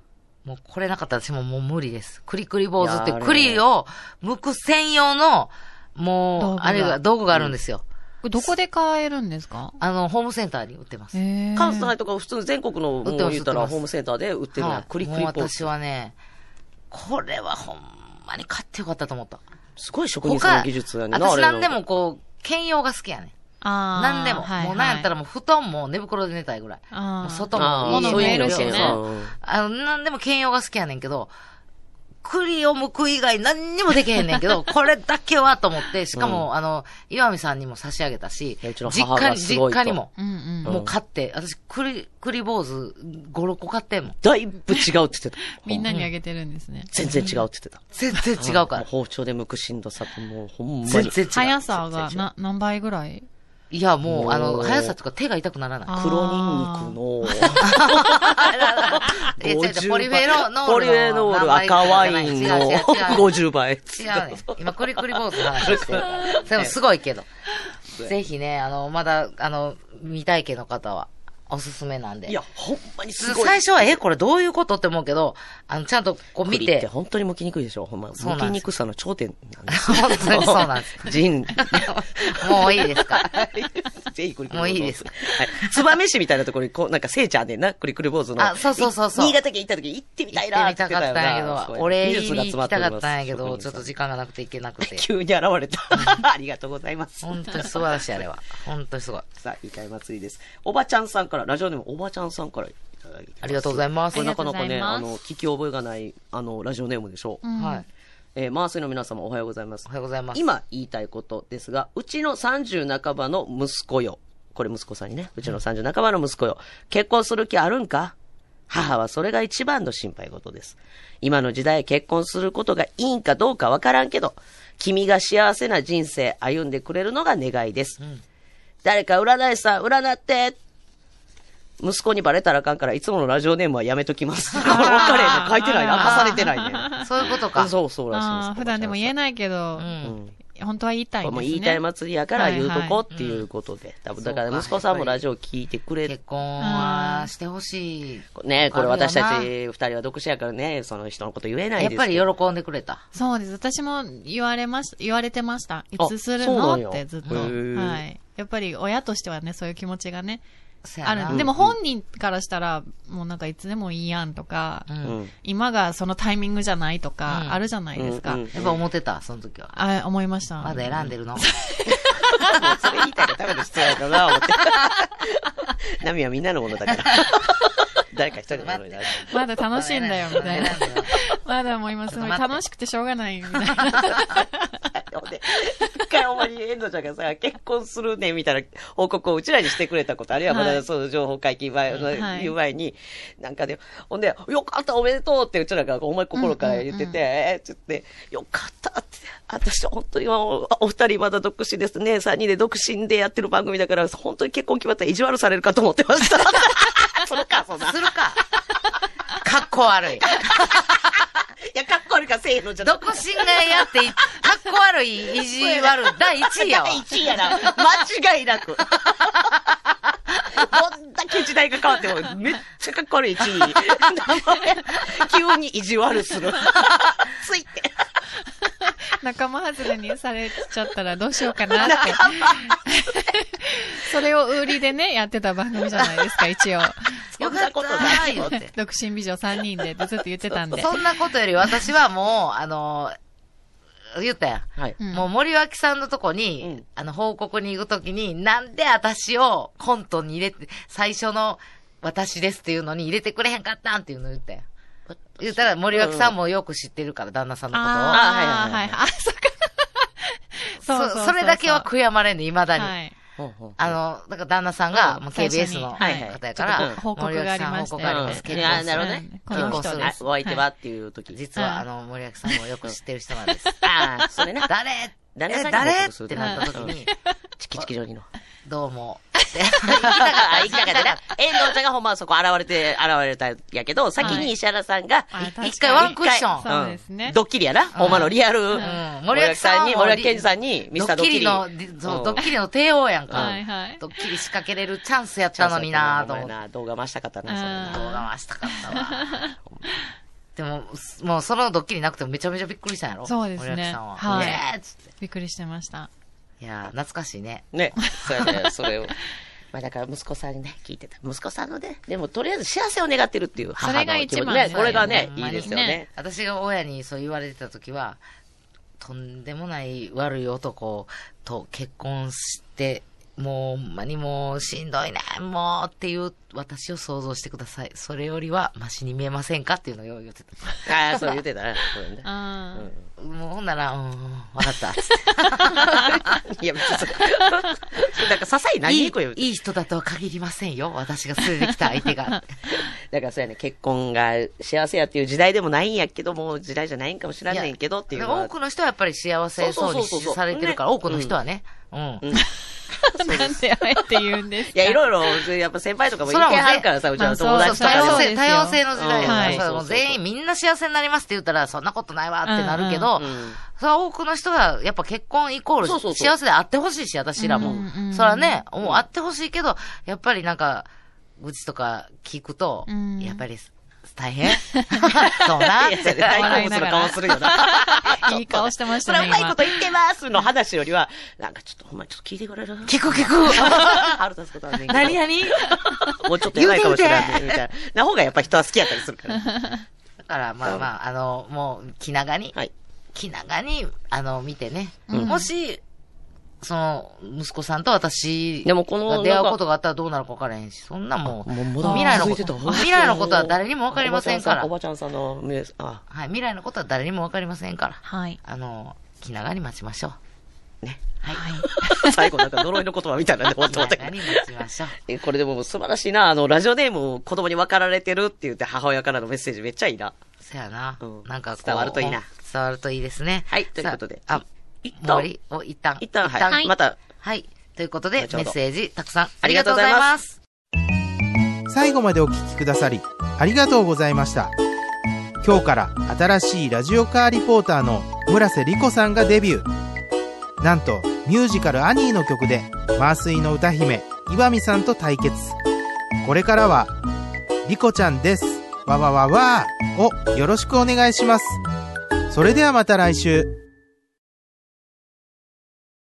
S4: もうこれなかったら私ももう無理です。クリクリ坊主って
S3: いやーあれ
S4: 栗を剥く専用の、もう、
S5: 道具が
S4: あれが、道具があるんですよ。
S5: これどこで買えるんですか
S4: あの、ホームセンターに売ってます。
S5: ええ。
S3: 関西とか普通全国の、
S4: 売
S3: も
S4: ってま
S3: う
S4: す
S3: 言った
S4: 売ってま
S3: ら
S4: す
S3: ホームセンターで売ってるの
S4: は
S3: はいクリク
S4: もう
S3: リポー
S4: 私
S3: チ。
S4: はね、これはほんまに買ってよかったと思った。
S3: すごい職人さん
S4: 他、
S3: の技術やねんな、あ
S4: 私
S3: れ
S4: なんでもこう、兼用が好きやねん。
S5: あー
S4: なんでも。
S5: はいはい
S4: もうなんやったらもう布団も寝袋で寝たいぐらい。
S5: あー
S4: もう外
S3: あ
S4: も
S3: あ、
S5: 物
S3: そう
S5: 増
S3: いう
S5: え
S3: 意味
S5: る
S3: で
S5: し
S3: は
S5: ね
S3: ね。うん
S4: あの、なんでも兼用が好きやねんけど、栗を剥く以外何にもできへんねんけ ど、これだけはと思って、しかも、あの、岩見さんにも差し上げたし、
S3: いやうちの
S4: 実
S3: 母
S4: 家
S3: が
S4: に、
S3: すごい
S4: 実
S3: と
S4: 家にも、
S5: うんうん。
S4: もう買って、私、栗、栗坊主5、6個買ってんもん。
S3: だいぶ違うって言ってた。
S5: みんなにあげてるんですね。
S3: 全然違うって言ってた。
S4: 全然 違うか
S3: も
S4: ら。
S3: 包丁で剥くしんどさともうほんま
S4: 全
S3: に。
S4: 然違う。
S5: 速さがな、何倍ぐらい
S4: いや、もう、あの、
S3: おー
S4: 速さとか手が痛くならない。
S3: 黒ニンニクの、
S4: え、違う違う
S3: 50
S4: ポリフェロノー
S7: ポ
S4: ルの。
S7: リエノール赤ワイン
S4: 違う違
S7: の
S4: う違う。
S7: 50倍。
S4: 違うね。今、クリクリ坊主の話してるから。でも、すごいけど。ぜひね、あの、まだ、あの、未体験の方は、おすすめなんで。
S3: いや、ほんまにすごい。
S4: 最初は、え、これどういうことって思うけど、あの、ちゃんとこう見
S3: 栗って
S4: て、
S3: 本当に剥きにくいでしょほんま。
S4: そうな
S3: 剥
S4: んです
S3: きにくさの頂点なんですよ。
S4: 本当にそうなん です。
S3: 人。
S4: もういいですか。
S3: ぜひ、クリクリ坊主
S4: もういいですか
S3: はい。燕市みたいなところに、こう、なんか、せいちゃんでな、クリクリ坊主の。
S4: あそうそうそうそう
S3: い新潟県行った時行ってみたい
S4: 行っ
S3: な
S4: てみたかったんやけど、お礼言いに行きたかったんやけど、ちょっと時
S3: 間。
S4: 間がなくて行けなくて。
S3: 急に現れ た。ありがとうございます。
S4: 本当に素晴らしい、あれは。本当にすごい。
S3: さあ、いいかい祭りです。おばちゃんさんから、ラジオでもおばちゃんさんからいただいてます
S4: ありがとうございます
S3: これなかなか
S5: あり
S3: ね、
S5: が
S3: あ
S5: とうござい
S3: の、
S5: ま
S3: 聞き覚えがない、あの、ラジオネームでしょう。
S4: はい。
S3: えーマースの皆様おはようございます
S4: おは。ようございます。
S3: 今言いたいことですが、うちの30半ばの息子よ。これ息子さんにね。うちの30半ばの息子よ。結婚する気あるんか母はそれが一番の心配事です。今の時代結婚することがいいんかどうかわからんけど、君が幸せな人生歩んでくれるのが願いです。誰か占い師さん占って息子にバレたらあかんから、いつものラジオネームはやめとき ます。これ分かれへんね。書いてないね。明かされてないね。
S4: そういうことか。
S3: そうそうらしい
S5: あ
S3: で
S5: ー
S3: す。
S5: 普段でも言えないけど
S4: う、ん。
S5: 本当は言いたいんですね。
S3: もう言いたい祭りやから言うとこ
S5: は
S3: っていうことで。多分だか
S4: そ
S3: ら
S4: うか
S3: 息子さんもラジオ聞いてくれ
S4: 結婚はしてほしい。
S3: ね、これ
S4: あるよな
S3: 私たち二人は独身やからね、その人のこと言えない
S4: や
S3: です
S4: っぱり
S3: けど。
S4: 喜んでくれた。
S5: そうです。私も言われまし、言われてました。いつする
S3: そうな
S5: の
S3: んや
S5: ってずっと。
S3: へー
S5: はい。やっぱり親としてはね、そういう気持ちがね、
S4: せや
S5: あ
S4: な
S5: るんで。でも本人からしたら、もうなんかいつでもいいやんとか、
S4: うん
S3: う
S4: うん
S3: ん。
S5: 今がそのタイミングじゃないと
S4: う
S5: か、
S4: ん
S5: あるじゃないですか。
S3: うんうん
S4: やっぱ思ってた、その時は。
S5: あ、思いました。
S4: まだ選んでるの。
S3: もうそれ言いたいがための失礼だな、思って。ナミはみんなのものだから。誰か一人のものになる。
S5: まだ楽しいんだよ、みたいな
S4: まだ選んでる。
S5: まだもう今すごい楽しくてしょうがない、みたいな。
S3: ほんで、一回ほんまに遠藤ちゃんがさ、結婚するね、みたいな報告をうちらにしてくれたこと、あるいはま
S5: は
S3: だ
S5: い
S3: その情報解禁前、
S5: はい
S3: 言う前に、なんかで、ほんで、よかった、おめでとうってうちらがお前心から言ってて、えーちょっとね、よかったって、私本当に今おお二人まだ独身ですね、三人で独身でやってる番組だから、本当に結婚決まったら意地悪されるかと思ってました。そのか、そんな。い
S4: するか。かっこ悪い。
S3: や、かっこ悪いからせえへんのじゃな
S4: 独身がやって、 かっこ悪い、意地悪、 第1位やわ。
S3: 1位やな。間違いなく。どんだけ時代が変わっても、めっちゃかっこ悪い1位。名前 急に意地悪する。ついて。
S5: 仲間外れにされちゃったらどうしようかなって。それを売りでね、やってた番組じゃないですか、一
S4: よ
S5: 応。
S4: かったー言うて。
S5: 独身美女3人でってずっと言ってたんで。
S4: そんなことより私はもう、あの、言ったやん。
S3: はい。
S5: うん
S4: もう森脇さんのとこに、
S3: うん
S4: あの、報告に行くときに、なんで私をコントに入れて、最初の私ですっていうのに入れてくれへんかったんっていうの言ったよ。言ったら森脇さんもよく知ってるから、旦那さんのことを。
S5: あ
S3: あー
S5: あ、
S3: は
S5: はい
S3: はいはい
S5: いはい。あ、そっか。
S4: そそれだけは悔やまれんね、未だに。
S5: はい。
S4: あの、だから旦那さんが、
S5: うん
S4: もう
S5: 最初に
S4: KBS の
S5: はい
S4: 方やか
S5: ちょっ
S4: ら、
S5: と報告がありまし
S4: 森脇さ
S5: て
S4: ん報告があります。
S3: うん
S4: 結婚する
S3: なるほど
S5: うん
S3: ね。
S5: こ
S4: の人
S3: 結婚
S4: です
S3: するあお相手はっていう時。
S4: 実は、
S5: うん
S4: あの、森脇さんもよく知ってる人なん です。
S3: ああ、それね。
S4: 誰
S3: 旦那
S4: え
S3: さんに報
S4: 誰
S3: 告する
S4: ってなった時に、
S3: チキチキジョニーの。
S4: どう も。
S3: あ、いかがだ な。遠藤ちゃんがほんまはそこ現れて、現れたんやけど、先に石原さんが、
S5: あ確かに
S4: 一回ワンクッション。
S5: そうですね
S3: ドッキリやな。ほんまのリアル。
S4: ん
S3: 森脇さんに、
S4: 森
S3: 森
S4: 脇
S3: 脇健児
S4: 健児さ
S3: さ
S4: ん
S3: んに、ミ
S4: ド
S3: スター
S4: ッ
S3: ドッ
S4: キ
S3: キ
S4: リ
S3: リ。
S4: の、でそうう、
S3: ん
S4: ドッキリの帝王やんか。
S5: はいはい
S4: ドッキリ仕掛けれるチャンスやったのになぁと思って。
S3: 動画回したかったな、それ
S5: う
S3: な。
S5: ん
S4: 動画回したかった わ。でも、すもうそのドッキリなくてもめちゃめちゃびっくりしたんやろ
S5: そうですね
S4: 森脇さんは。
S5: はい
S4: イエーイっつって
S5: びっくりしてました。
S4: いやー、懐かしいね。
S3: ね。そうやね、それを。まあだから息子さんにね、聞いてた。息子さんのね、でもとりあえず幸せを願ってるっていう母の気持ち。
S5: それが一番
S3: ね
S5: です。ね
S3: これがね、
S4: ほん
S3: い
S4: ま
S3: い
S4: に
S3: ですよね。
S4: 私が親にそう言われてた時は、とんでもない悪い男と結婚して、もう、ほんまにもう、しんどいね、もう、っていう、私を想像してください。それよりは、マシに見えませんかっていうのをよう言ってた。
S3: ああ、そう言ってたな。そうね
S5: あー
S4: もう、ほんなら、うん、わか った。つっ
S3: いや、別にそれ なんか、些細
S4: て
S3: ない
S4: い
S3: い子よ。
S4: いい人だとは限りませんよ。私が連れてきた相 手が。
S3: だからそうやね、結婚が幸せやっていう時代でもないんやけど、もう時代じゃないんかもしらんねんけどっていうのは。
S4: 多くの人はやっぱり幸せそうに
S3: そうそうそうそう
S4: されてるから、
S3: ね
S4: 多くの人はね、うん。
S5: なんであえて言うんです
S3: い
S5: か
S3: や、いろいろ、やっぱ先輩とかもい
S4: そ
S3: て
S4: らもうね
S3: はるからさ、うちの友
S4: そう
S3: 達と
S4: 多
S3: か
S5: そ
S3: でも
S4: 様
S5: うそ
S4: 性、
S5: う
S4: 多様性の時代だから
S5: うん
S4: さ、もう全員みんな幸せになりますって言ったら、そんなことないわってなるけど
S3: う、ん。
S4: それは多くの人が、やっぱ結婚イコー
S3: そうそう
S4: ル
S3: そう
S4: 幸せであってほしいし、私らも
S5: うんうん。
S4: そらね、もうあってほしいけど、やっぱりなんか、愚痴とか聞くと
S5: うん、
S4: やっぱり大変 そうなっ
S3: いや
S4: て。
S3: 大好物の顔するよな。
S5: いい顔してまし
S3: そ
S5: た
S3: れ
S5: ね。
S3: はうまいこと言ってますの話よりは、なんかちょっと、お前ちょっと聞いてくれる
S4: 聞く聞 く
S3: 腹立つことは ねんけど
S4: 何何
S3: もうちょっとやばいかもしれないねみたいな。な方がやっぱ人は好きやったりするから。
S4: だから、まあまあ、あの、もう、気長に、
S3: はい。
S4: 気長に、あの、見てね。
S5: うん
S4: もし、その、息子さんと私
S3: でもこの
S4: が出会うことがあったらどうなるか分からへんし、そんなもう、
S3: もうまだ
S4: 未来の
S3: 続
S4: こ
S3: いてた
S4: と、未来のことは誰にも分かりませんから
S3: お。ばちゃんさんの目です。あ、
S4: はい、未来のことは誰にも分かりませんから。
S5: はい。
S4: あの、気長に待ちましょう。
S3: ね。
S4: はい。
S3: 最後なんか呪いの言葉みたいなんで終わ って思った
S4: 気
S3: けど
S4: 長に。待ちましょう。
S3: えこれでも素晴らしいな。あの、ラジオネームを子供に分かられてるって言って母親からのメッセージめっちゃいいな。
S4: そやな。
S3: うん
S4: なんかこう
S3: 伝わるといいな。
S4: 伝わるといいですね。
S3: はいということで
S4: さあ、
S3: 一旦
S4: 森を一旦。
S3: 一旦、はい。また、
S4: はい。ということで、メ
S3: 後ほど
S4: ッセージたくさん
S3: あ
S4: あ
S3: り
S4: り
S3: が
S4: が
S3: と
S4: と
S3: う
S4: う
S3: ござ
S4: ござ
S3: い
S4: い
S3: ま
S4: ます。
S2: 最後までお聞きくださり、ありがとうございました。今日から新しいラジオカーリポーターの村瀬理子さんがデビュー。なんと、ミュージカルアニーの曲で、マースイの歌姫、岩見さんと対決。これからは、理子ちゃんです。わわわわーをよろしくお願いします。それではまた来週。